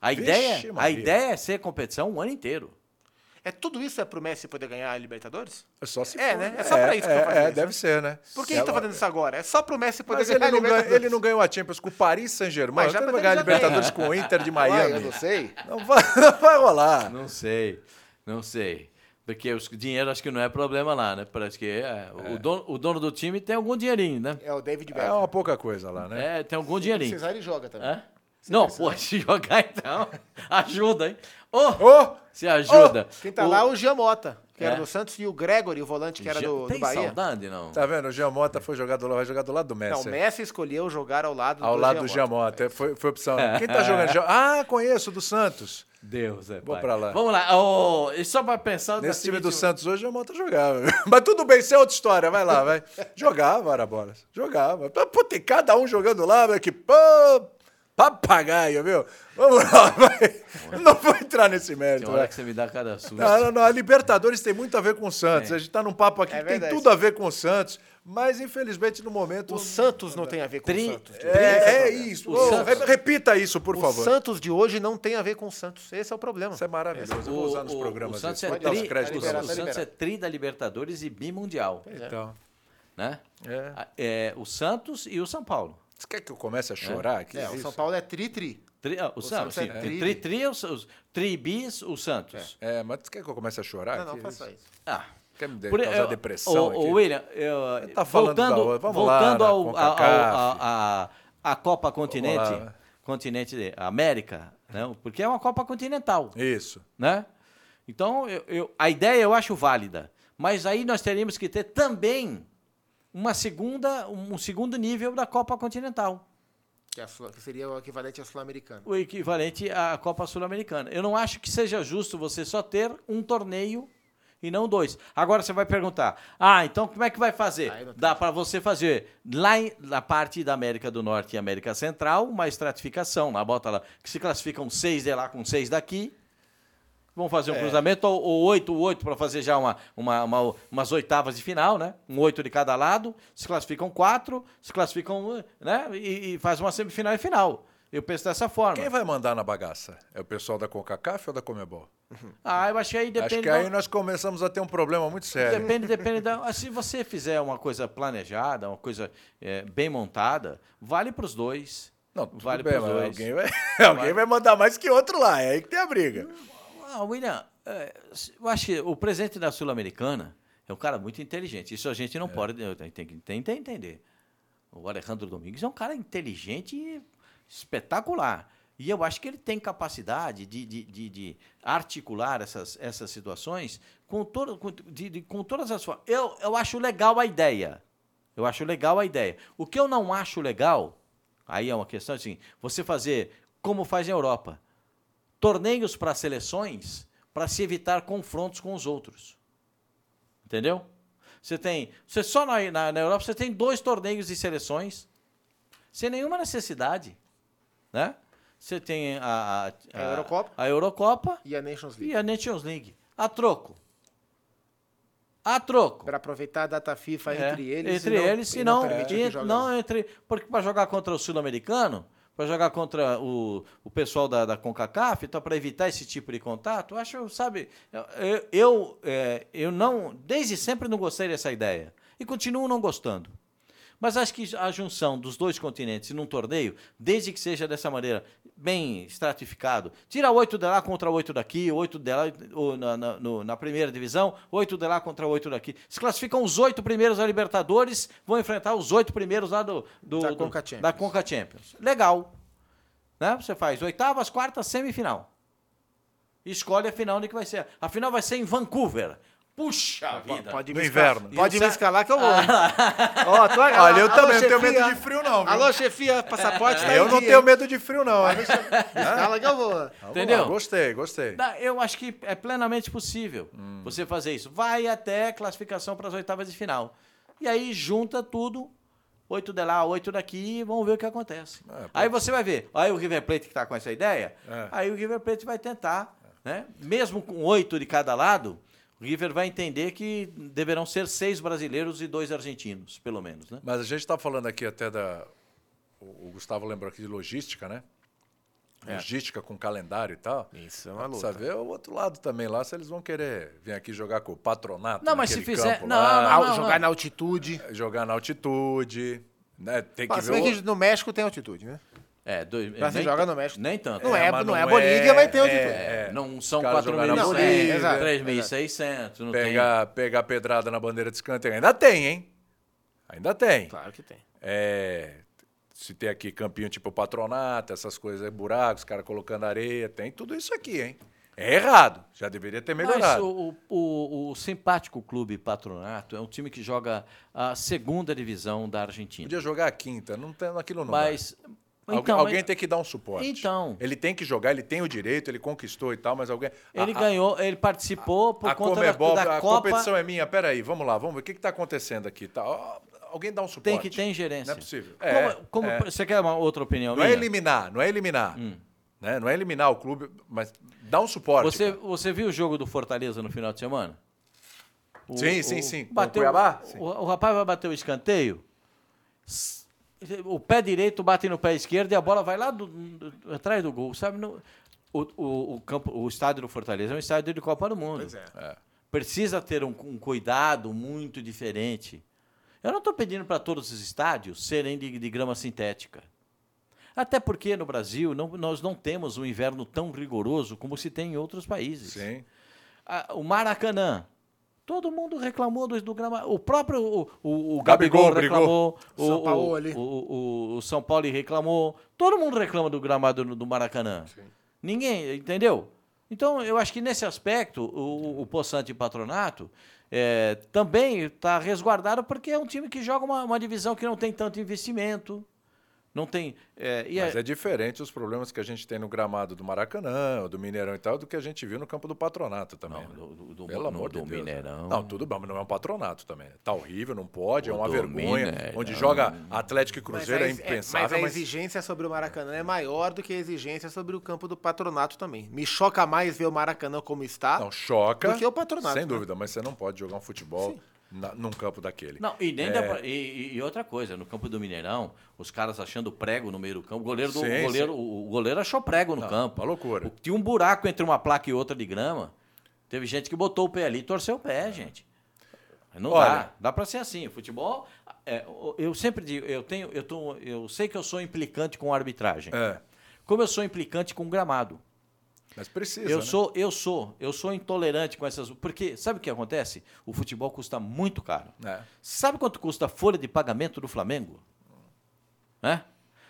Speaker 2: A
Speaker 1: Vixe,
Speaker 2: ideia, a
Speaker 1: Maria.
Speaker 2: ideia é ser competição o ano inteiro.
Speaker 3: É tudo isso é pro Messi poder ganhar a Libertadores?
Speaker 1: É só se
Speaker 3: É,
Speaker 1: for.
Speaker 3: né? É só pra isso que eu
Speaker 1: é,
Speaker 3: faço
Speaker 1: é,
Speaker 3: isso.
Speaker 1: deve ser, né?
Speaker 3: Por que ele tá
Speaker 1: Ela-
Speaker 3: fazendo isso agora? É só pro Messi poder
Speaker 1: Mas
Speaker 3: ganhar
Speaker 1: ele
Speaker 3: a
Speaker 1: não, ganha-
Speaker 3: Libertadores.
Speaker 1: ele não ganhou a Champions com o Paris Saint-Germain.
Speaker 3: Mas já-
Speaker 1: Então ele vai
Speaker 3: mas
Speaker 1: ganhar a
Speaker 3: ele já
Speaker 1: Libertadores com o Inter de
Speaker 3: Uai, eu
Speaker 1: Miami.
Speaker 3: não sei.
Speaker 1: Não vai, não vai rolar.
Speaker 2: Não sei, não sei. Porque o dinheiro acho que não é problema lá, né? Parece que é, O, dono, o dono do time tem algum dinheirinho, né?
Speaker 3: É o David
Speaker 1: É
Speaker 3: Beckham.
Speaker 1: uma pouca coisa lá, né?
Speaker 2: É, tem algum
Speaker 3: Se
Speaker 2: dinheirinho.
Speaker 3: precisar, ele joga também.
Speaker 2: Hã? Não, pô, se jogar então, ajuda, hein? Ô,
Speaker 3: É.
Speaker 1: Ô!
Speaker 2: se ajuda.
Speaker 3: Quem tá
Speaker 2: O-
Speaker 3: lá é o Giamota, que era
Speaker 2: É.
Speaker 3: do Santos, e o Gregory, o volante que era
Speaker 2: Já-
Speaker 3: do, do
Speaker 2: Tem
Speaker 3: Bahia.
Speaker 2: saudade, não?
Speaker 1: Tá vendo? O Giamota foi jogar do, vai jogar do lado do Messi.
Speaker 3: Não, o Messi escolheu jogar ao lado
Speaker 1: Ao lado do Giamota. É, Foi, foi opção. Quem tá
Speaker 3: É.
Speaker 1: jogando? Gia- Ah, conheço, do Santos.
Speaker 2: Deus, é
Speaker 1: Vou
Speaker 2: pai.
Speaker 1: pra lá.
Speaker 2: Vamos lá. Ô, e só pra pensar... tá
Speaker 1: Nesse time do
Speaker 2: seguinte-
Speaker 1: Santos hoje, o Giamota jogava. Mas tudo bem, isso é outra história. Vai lá, vai. Jogava, Arabolas. Jogava. Puta, e cada um jogando lá, velho, que pô, papagaio, viu? Vamos lá, vai. Não vou entrar nesse
Speaker 2: Tem
Speaker 1: mérito,
Speaker 2: hora
Speaker 1: vai.
Speaker 2: que você me dá cada susto.
Speaker 1: Não, não, não. A Libertadores tem muito a ver com o Santos. A gente tá num papo aqui
Speaker 3: É
Speaker 1: que tem
Speaker 3: verdade.
Speaker 1: tudo a ver com o Santos, mas infelizmente no momento.
Speaker 3: O Santos não tem a ver com
Speaker 2: Tri-
Speaker 3: o Santos. de hoje.
Speaker 1: É, é isso.
Speaker 2: O
Speaker 1: Ô,
Speaker 2: Santos-
Speaker 1: re- Repita isso, por
Speaker 3: o
Speaker 1: favor.
Speaker 3: Santos de hoje não tem a ver com o Santos. Esse é o problema.
Speaker 1: Isso é maravilhoso. Eu vou usar nos programas.
Speaker 2: o Santos,
Speaker 1: isso.
Speaker 2: é
Speaker 1: Vou dar os
Speaker 2: tri,
Speaker 1: créditos
Speaker 2: o-
Speaker 1: pra
Speaker 2: o
Speaker 1: você.
Speaker 2: Santos é tri da Libertadores e bimundial,
Speaker 1: Então,
Speaker 2: né?
Speaker 1: é.
Speaker 2: A- É, o Santos e o São Paulo.
Speaker 1: Você quer que eu comece a chorar aqui?
Speaker 3: É, o São Paulo é tri-tri.
Speaker 2: Tri- ah, o, Santos,
Speaker 3: Santos
Speaker 2: sim.
Speaker 3: é tri.
Speaker 2: Tri, tri, é o Sa- os- tri bis, o Santos.
Speaker 1: É, mas você quer que eu comece a chorar?
Speaker 3: Não, não,
Speaker 1: aqui?
Speaker 3: faça isso.
Speaker 2: Ah,
Speaker 1: Quer me de-
Speaker 2: por-
Speaker 1: É. causar
Speaker 2: eu-
Speaker 1: depressão
Speaker 2: ô, ô,
Speaker 1: aqui?
Speaker 2: William, eu, eh,
Speaker 1: tá falando da
Speaker 2: voltando,
Speaker 1: outra. Vamos lá,
Speaker 2: voltando
Speaker 1: na
Speaker 2: ao, a,
Speaker 1: CONCACAF.
Speaker 2: Copa Continente,
Speaker 1: lá.
Speaker 2: continente de- América, não? porque é uma Copa Continental.
Speaker 1: Isso.
Speaker 2: né? Então, eu, eu- a ideia eu acho válida, mas aí nós teríamos que ter também uma segunda, um um segundo nível da Copa Continental,
Speaker 3: Que, é a Sul- que seria o equivalente à Sul-Americana.
Speaker 2: o equivalente à Copa Sul-Americana. Eu não acho que seja justo você só ter um torneio e não dois. Agora você vai perguntar: "Ah, então como é que vai fazer?"
Speaker 3: Aí não tem
Speaker 2: Dá para você fazer lá em- na parte da América do Norte e América Central, uma estratificação, lá bota lá que se classificam seis de lá com seis daqui. Vão fazer um
Speaker 1: É.
Speaker 2: cruzamento, ou, ou oito, oito para fazer já uma, uma, uma- umas oitavas de final, né? Um oito de cada lado, se classificam quatro, se classificam, né? E, e faz uma semifinal e final. Eu penso dessa forma.
Speaker 1: Quem vai mandar na bagaça? É o pessoal da CONCACAF ou da Comebol?
Speaker 2: Ah, eu achei depende.
Speaker 1: Acho que
Speaker 2: da-
Speaker 1: aí nós começamos a ter um problema muito sério.
Speaker 2: Depende, depende da. ah, Se você fizer uma coisa planejada, uma coisa eh, bem montada, vale para os dois.
Speaker 1: Não, tudo
Speaker 2: vale
Speaker 1: bem,
Speaker 2: pros
Speaker 1: mas
Speaker 2: dois.
Speaker 1: alguém, vai, alguém vai mandar mais que outro lá. É aí que tem a briga.
Speaker 2: Ah, William, eh, se- eu acho que o presidente da Sul-Americana é um cara muito inteligente. Isso a gente não pode. eu tenho- Tem que tem- tem que entender. O Alejandro Domingues é um cara inteligente e espetacular. E eu acho que ele tem capacidade de, de- de- de articular essas, essas situações com, todo, com, de- de- com todas as formas. Eu, eu acho legal a ideia. Eu acho legal a ideia. O que eu não acho legal, aí é uma questão assim, você fazer como faz na Europa. Torneios para seleções para se evitar confrontos com os outros. Entendeu? Você tem. Você só na, na, na Europa você tem dois torneios de seleções sem nenhuma necessidade. Né? Você tem a,
Speaker 3: A Eurocopa.
Speaker 2: a Eurocopa
Speaker 3: E a Nations League.
Speaker 2: e a Nations League. A troco. A troco.
Speaker 3: Para aproveitar a data FIFA
Speaker 2: É,
Speaker 3: entre eles.
Speaker 2: Entre eles, se não,
Speaker 3: permitir que
Speaker 2: e-
Speaker 3: jogue.
Speaker 1: é
Speaker 3: assim.
Speaker 2: não entre. Porque para jogar contra o sul-americano, para jogar contra o, o pessoal da, da CONCACAF, então para evitar esse tipo de contato, eu acho, sabe, eu, eu, eu, é, eu não, desde sempre não gostei dessa ideia. E continuo não gostando. Mas acho que a junção dos dois continentes num torneio, desde que seja dessa maneira, bem estratificado, tira oito de lá contra oito daqui, oito de lá ou na, na- no- na primeira divisão, oito de lá contra oito daqui. Se classificam os oito primeiros da Libertadores, vão enfrentar os oito primeiros lá do, do-
Speaker 3: Da
Speaker 2: do-
Speaker 3: Conca Champions.
Speaker 2: da Conca Champions. Legal. Né? Você faz oitavas, quartas, semifinal. E escolhe a final onde que vai ser. A final vai ser em Vancouver.
Speaker 3: É
Speaker 2: Puxa vida!
Speaker 3: Pode
Speaker 1: Ah, No
Speaker 3: me escalar.
Speaker 1: inverno.
Speaker 3: Pode
Speaker 2: E
Speaker 3: me
Speaker 2: o Sa-
Speaker 3: escalar que eu vou. Ó, tô-
Speaker 1: é- Olha, eu
Speaker 3: alô,
Speaker 1: também não tenho
Speaker 3: chefia.
Speaker 1: medo de frio, não. viu?
Speaker 3: Alô, chefia, passaporte tá em
Speaker 1: eu não
Speaker 3: dia,
Speaker 1: tenho
Speaker 3: hein?
Speaker 1: medo de frio, não. hein?
Speaker 3: Escala Tá, que eu vou.
Speaker 1: Vamos lá,
Speaker 2: Entendeu?
Speaker 1: Gostei, gostei.
Speaker 2: Dá- Eu acho que é plenamente possível você fazer isso. Vai até classificação para as oitavas de final. E aí junta tudo, oito de lá, oito daqui, e vamos ver o que acontece.
Speaker 1: É,
Speaker 2: aí você vai ver. Aí o River Plate que está com essa ideia,
Speaker 1: É.
Speaker 2: aí o River Plate vai tentar. Né? Mesmo com oito de cada lado, o River vai entender que deverão ser seis brasileiros e dois argentinos, pelo menos. Né?
Speaker 1: Mas a gente está falando aqui até da. O o Gustavo lembrou aqui de logística, né? Logística com calendário e tal.
Speaker 3: É. Isso é uma
Speaker 1: Precisa ver o outro lado também lá, se eles vão querer vir aqui jogar com o patronato.
Speaker 2: Não, mas se
Speaker 1: naquele
Speaker 2: fizer-
Speaker 1: campo
Speaker 2: não,
Speaker 1: lá,
Speaker 3: Al-
Speaker 2: não,
Speaker 3: jogar
Speaker 2: não.
Speaker 3: na altitude.
Speaker 1: Jogar na altitude. Né? Tem que
Speaker 3: Ah, se
Speaker 1: ver.
Speaker 3: bem
Speaker 1: o-
Speaker 3: que no México tem altitude, né?
Speaker 2: É, dois,
Speaker 3: Brasil
Speaker 2: nem
Speaker 3: joga
Speaker 2: tan-
Speaker 3: no México.
Speaker 2: Nem tanto.
Speaker 3: Não é,
Speaker 1: mas
Speaker 3: não é Bolívia, vai ter altitude.
Speaker 1: é.
Speaker 2: Não são
Speaker 1: Os caras jogaram na
Speaker 2: 4.600,
Speaker 1: Bolívia.
Speaker 3: Exato,
Speaker 2: 3.600, não tem...
Speaker 1: Pegar, pegar pedrada na bandeira de escanteio. Ainda tem, hein? Ainda tem.
Speaker 3: Claro que tem.
Speaker 1: É, Se tem aqui campinho tipo patronato, essas coisas, é buracos, cara colocando areia, tem tudo isso aqui, hein? É errado, já deveria ter
Speaker 2: Mas
Speaker 1: melhorado.
Speaker 2: o, o- o- o simpático clube Patronato é um time que joga a segunda divisão da Argentina.
Speaker 1: Podia jogar a quinta, não tem aquilo não. dá.
Speaker 2: Mas
Speaker 1: Algu-
Speaker 2: então,
Speaker 1: alguém
Speaker 2: mas-
Speaker 1: tem que dar um suporte.
Speaker 2: Então.
Speaker 1: Ele tem que jogar, ele tem o direito, ele conquistou e tal, mas alguém.
Speaker 2: ele
Speaker 1: a, a-
Speaker 2: ganhou, ele participou por
Speaker 1: a
Speaker 2: conta da-
Speaker 1: Comebol,
Speaker 2: da,
Speaker 1: a
Speaker 2: Copa.
Speaker 1: competição é minha. Peraí, vamos lá, vamos ver o que está acontecendo aqui. Tá? Ó, Alguém dá um suporte.
Speaker 2: Tem que ter ingerência.
Speaker 1: Não é possível.
Speaker 2: Como-
Speaker 1: É,
Speaker 2: como-
Speaker 1: é.
Speaker 2: Você quer uma outra opinião
Speaker 1: Não é
Speaker 2: minha?
Speaker 1: eliminar, não é eliminar.
Speaker 2: Hum.
Speaker 1: Né? Não é eliminar o clube, mas dá um suporte.
Speaker 2: Você,
Speaker 1: cara.
Speaker 2: você viu o jogo do Fortaleza no final de semana? Tipo, O-
Speaker 1: Sim, sim, sim. Com o
Speaker 2: Bateu,
Speaker 1: Cuiabá? Sim.
Speaker 2: o, o rapaz vai bater o escanteio. s- O pé direito bate no pé esquerdo e a bola vai lá do- do- atrás do gol, sabe? No- o, o- o campo, o estádio do Fortaleza é um estádio de Copa do Mundo.
Speaker 1: é.
Speaker 2: Precisa ter um, um cuidado muito diferente. Eu não estou pedindo para todos os estádios serem de- de grama sintética. Até porque no Brasil não- nós não temos um inverno tão rigoroso como se tem em outros países.
Speaker 1: Sim.
Speaker 2: Ah, o Maracanã. Todo mundo reclamou do, do grama. O próprio o, o, o
Speaker 1: Gabigol
Speaker 2: Gabigol,
Speaker 1: brigou.
Speaker 2: reclamou. O,
Speaker 3: São
Speaker 2: o-
Speaker 3: Paulo ali.
Speaker 2: o, o- o São Paulo reclamou. Todo mundo reclama do gramado no- do Maracanã. Ninguém, entendeu? Então, eu acho que nesse aspecto, o, o- o Poçante e Patronato eh, também está resguardado porque é um time que joga uma, uma divisão que não tem tanto investimento. Não tem. eh, e
Speaker 1: Mas
Speaker 2: é-
Speaker 1: é diferente os problemas que a gente tem no gramado do Maracanã, do Mineirão e tal, do que a gente viu no campo do Patronato também.
Speaker 2: Não,
Speaker 1: né?
Speaker 2: do- do- do-
Speaker 1: Pelo
Speaker 2: no-
Speaker 1: amor de
Speaker 2: do
Speaker 1: Deus. né?
Speaker 2: Mineirão.
Speaker 1: Não, tudo bem, mas não é um patronato também. Tá horrível, não pode, é
Speaker 2: O
Speaker 1: uma
Speaker 2: do
Speaker 1: vergonha.
Speaker 2: Mineirão.
Speaker 1: Onde joga Atlético e Cruzeiro é
Speaker 3: mas a, é, mas
Speaker 1: impensável,
Speaker 3: a
Speaker 1: mas,
Speaker 3: exigência sobre o Maracanã é maior do que a exigência sobre o campo do patronato também. Me choca mais ver o Maracanã como está.
Speaker 1: não choca.
Speaker 3: Porque é o Patronato,
Speaker 1: Sem
Speaker 3: né?
Speaker 1: dúvida, mas você não pode jogar um futebol na- num campo daquele.
Speaker 2: Não, e nem dá
Speaker 1: É.
Speaker 2: pra- e- e, e outra coisa, no campo do Mineirão, os caras achando prego no meio do campo. O goleiro, do-
Speaker 1: Sim,
Speaker 2: o goleiro, o- o goleiro achou prego no campo.
Speaker 1: uma loucura.
Speaker 2: O- Tinha um buraco entre uma placa e outra de grama. Teve gente que botou o pé ali e torceu o pé, gente. Não
Speaker 1: É. Olha.
Speaker 2: dá. Dá pra ser assim. Futebol. é, eu sempre digo, eu tenho. Eu, tô, eu sei que eu sou implicante com a arbitragem.
Speaker 1: É,
Speaker 2: Como eu sou implicante com o gramado.
Speaker 1: mas precisa.
Speaker 2: Eu
Speaker 1: né?
Speaker 2: sou, eu sou, eu sou intolerante com essas. Porque sabe o que acontece? O futebol custa muito caro.
Speaker 1: É.
Speaker 2: Sabe quanto custa a folha de pagamento do Flamengo? Né?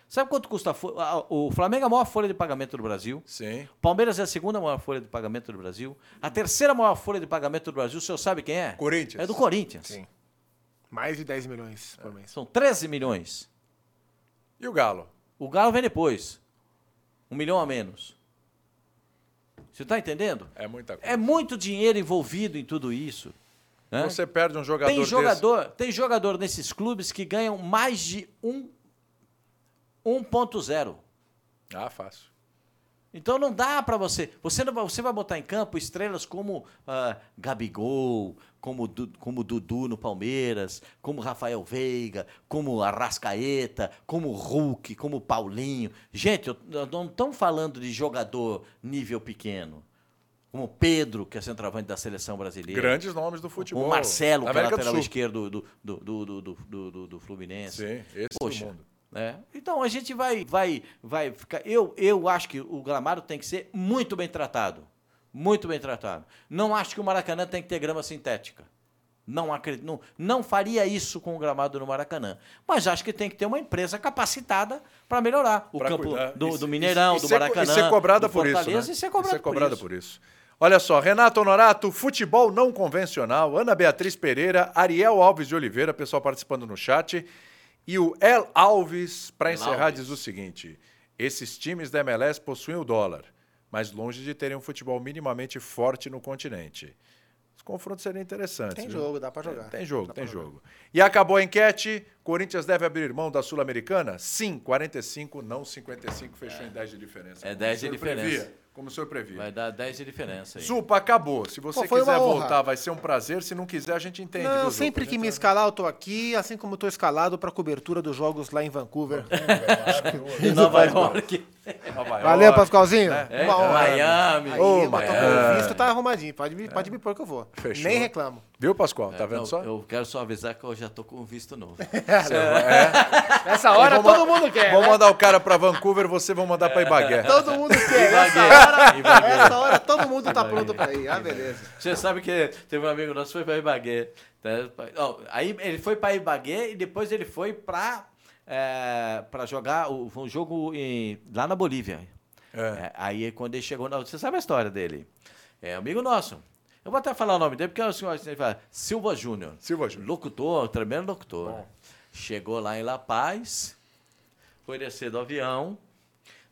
Speaker 2: Sabe quanto custa a folha? O Flamengo é a maior folha de pagamento do Brasil.
Speaker 1: Sim.
Speaker 2: O Palmeiras é a segunda maior folha de pagamento do Brasil. A terceira maior folha de pagamento do Brasil, o senhor sabe quem é?
Speaker 1: Corinthians.
Speaker 2: É do Corinthians.
Speaker 3: Sim. Mais de 10 milhões por mês.
Speaker 2: São 13 milhões.
Speaker 1: E o Galo?
Speaker 2: O Galo vem depois. Um milhão a menos. Você está entendendo?
Speaker 1: É muita coisa.
Speaker 2: É muito dinheiro envolvido em tudo isso. né?
Speaker 1: Você perde um jogador
Speaker 2: tem
Speaker 1: desse-
Speaker 2: jogador, tem jogador nesses clubes que ganham mais de um- 1.0.
Speaker 1: Ah, fácil.
Speaker 2: Então não dá pra você. Você, não vai- você vai botar em campo estrelas como ah, Gabigol, como, Du- como Dudu no Palmeiras, como Rafael Veiga, como Arrascaeta, como Hulk, como Paulinho. Gente, eu- nós não estamos falando de jogador nível pequeno. Como Pedro, que é centroavante da seleção brasileira.
Speaker 1: Grandes nomes do futebol.
Speaker 2: O Marcelo,
Speaker 1: da
Speaker 2: que é
Speaker 1: América do
Speaker 2: lateral
Speaker 1: Sul.
Speaker 2: esquerdo do, do, do, do, do, do- do- do Fluminense.
Speaker 1: Sim, esse
Speaker 2: Poxa.
Speaker 1: do mundo.
Speaker 2: né? Então a gente vai, vai, vai ficar. Eu, eu acho que o gramado tem que ser muito bem tratado. Muito bem tratado. Não acho que o Maracanã tem que ter grama sintética. Não acredito. Não, não faria isso com o gramado no Maracanã. Mas acho que tem que ter uma empresa capacitada para melhorar o
Speaker 1: Pra
Speaker 2: campo
Speaker 1: cuidar.
Speaker 2: do,
Speaker 1: E-
Speaker 2: do
Speaker 1: e-
Speaker 2: Mineirão,
Speaker 1: e
Speaker 2: do
Speaker 1: ser co-
Speaker 2: Maracanã.
Speaker 1: E ser cobrada
Speaker 2: do
Speaker 1: por isso.
Speaker 2: Fortaleza,
Speaker 1: Né?
Speaker 2: E ser cobrado,
Speaker 1: cobrada
Speaker 2: por isso.
Speaker 1: por isso. Olha só, Renato Honorato, futebol não convencional, Ana Beatriz Pereira, Ariel Alves de Oliveira, pessoal participando no chat. E o El Alves, para encerrar, diz o seguinte: esses times da MLS possuem o dólar, mas longe de terem um futebol minimamente forte no continente. Os confrontos seriam interessantes.
Speaker 3: Tem
Speaker 1: viu?
Speaker 3: jogo, dá pra jogar.
Speaker 1: Tem
Speaker 2: Tá
Speaker 1: jogo, tem jogo. E acabou a enquete. Corinthians deve abrir mão da Sul-Americana? Sim, 45, não 55. Fechou em 10 de diferença.
Speaker 2: É
Speaker 1: Como
Speaker 2: 10
Speaker 1: o senhor
Speaker 2: de diferença.
Speaker 1: previa, como o senhor previa.
Speaker 2: Vai dar 10 de diferença aí.
Speaker 1: Zupa, acabou. Se você
Speaker 3: Pô, foi uma
Speaker 1: quiser
Speaker 3: honra.
Speaker 1: voltar, vai ser um prazer. Se não quiser, a gente entende. viu,
Speaker 3: Não,
Speaker 1: Zupa?
Speaker 3: sempre
Speaker 1: A
Speaker 3: que
Speaker 1: gente
Speaker 3: me
Speaker 1: é-
Speaker 3: escalar, eu tô aqui, assim como eu tô escalado pra cobertura dos jogos lá em Vancouver.
Speaker 2: Em Nova York.
Speaker 1: Nova York.
Speaker 3: Valeu, Pascoalzinho.
Speaker 2: É,
Speaker 3: Uma honra.
Speaker 2: Miami.
Speaker 3: Aí,
Speaker 1: Ô,
Speaker 3: eu tô
Speaker 1: Miami.
Speaker 3: pelo visto, tá arrumadinho. Pode me, pode me pôr que eu vou.
Speaker 1: Fechou.
Speaker 3: Nem reclamo.
Speaker 1: Viu, Pascoal? Tá vendo
Speaker 2: É, Não,
Speaker 1: só? É.
Speaker 2: Eu quero só avisar que eu já tô com visto novo.
Speaker 3: Nessa hora, todo mundo quer.
Speaker 1: Vou
Speaker 3: né?
Speaker 1: mandar o cara pra Vancouver, você vai mandar pra Ibagué.
Speaker 3: Todo mundo quer. é Nessa hora, É nessa hora, todo mundo tá pronto pra ir. Ah, beleza.
Speaker 2: Você sabe que teve um amigo tá? nosso que foi para Ibagué. né? Ó, Aí ele foi para Ibagué e depois ele foi para é, para jogar o, um jogo em- lá na Bolívia.
Speaker 1: É.
Speaker 2: É, aí quando ele chegou, na- você sabe a história dele? É amigo nosso. Eu vou até falar o nome dele, porque é o senhor ele fala, Silva Júnior.
Speaker 1: Silva Júnior.
Speaker 2: Locutor, tremendo locutor. Chegou lá em La Paz, foi descer do avião,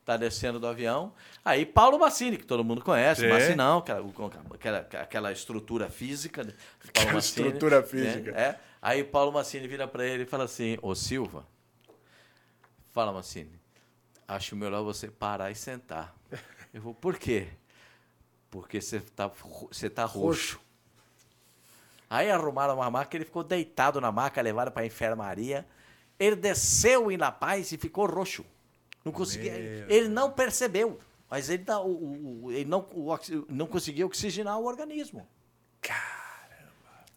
Speaker 2: tá descendo do avião. Aí Paulo Massini, que todo mundo conhece,
Speaker 1: Sim.
Speaker 2: Massinão, aquela, o- aquela, aquela estrutura física. de Paulo
Speaker 1: Aquela
Speaker 2: Massini,
Speaker 1: estrutura
Speaker 2: né?
Speaker 1: física.
Speaker 2: É. Aí Paulo Massini vira para ele e fala assim, ô Silva, fala Massini, acho melhor você parar e sentar. Eu vou, por quê? Porque você tá, ro- você tá roxo. Aí arrumaram uma maca, ele ficou deitado na maca, levaram para enfermaria. Ele desceu em La Paz e ficou roxo. Não conseguia. Ele não percebeu, mas ele, tá- o- o- o- ele não, o oxi- não conseguia oxigenar o organismo.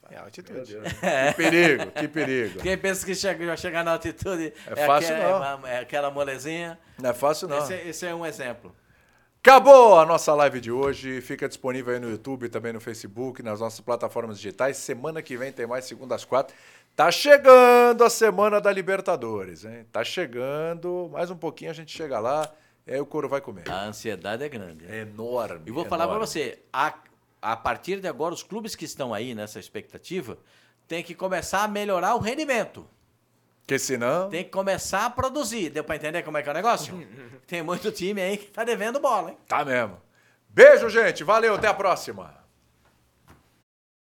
Speaker 3: É a altitude.
Speaker 1: Que perigo, que perigo.
Speaker 2: Quem pensa que chega, vai chegar na altitude
Speaker 1: É fácil,
Speaker 2: aquela, é aquela molezinha.
Speaker 1: Não é fácil, não.
Speaker 2: Esse, esse é um exemplo.
Speaker 1: Acabou a nossa live de hoje. Fica disponível aí no YouTube, também no Facebook, nas nossas plataformas digitais. Semana que vem tem mais segunda às quatro. Tá chegando a semana da Libertadores, hein? Tá chegando. Mais um pouquinho a gente chega lá. E aí o couro vai comer.
Speaker 2: A ansiedade é grande.
Speaker 1: É enorme.
Speaker 2: E vou falar para
Speaker 1: enorme.
Speaker 2: você, a, a partir de agora, os clubes que estão aí nessa expectativa têm que começar a melhorar o rendimento.
Speaker 1: Porque senão.
Speaker 2: Tem que começar a produzir. Deu para entender como é que é o negócio? Tem muito time aí que tá devendo bola, hein?
Speaker 1: Tá mesmo. Beijo, gente. Valeu, até a próxima.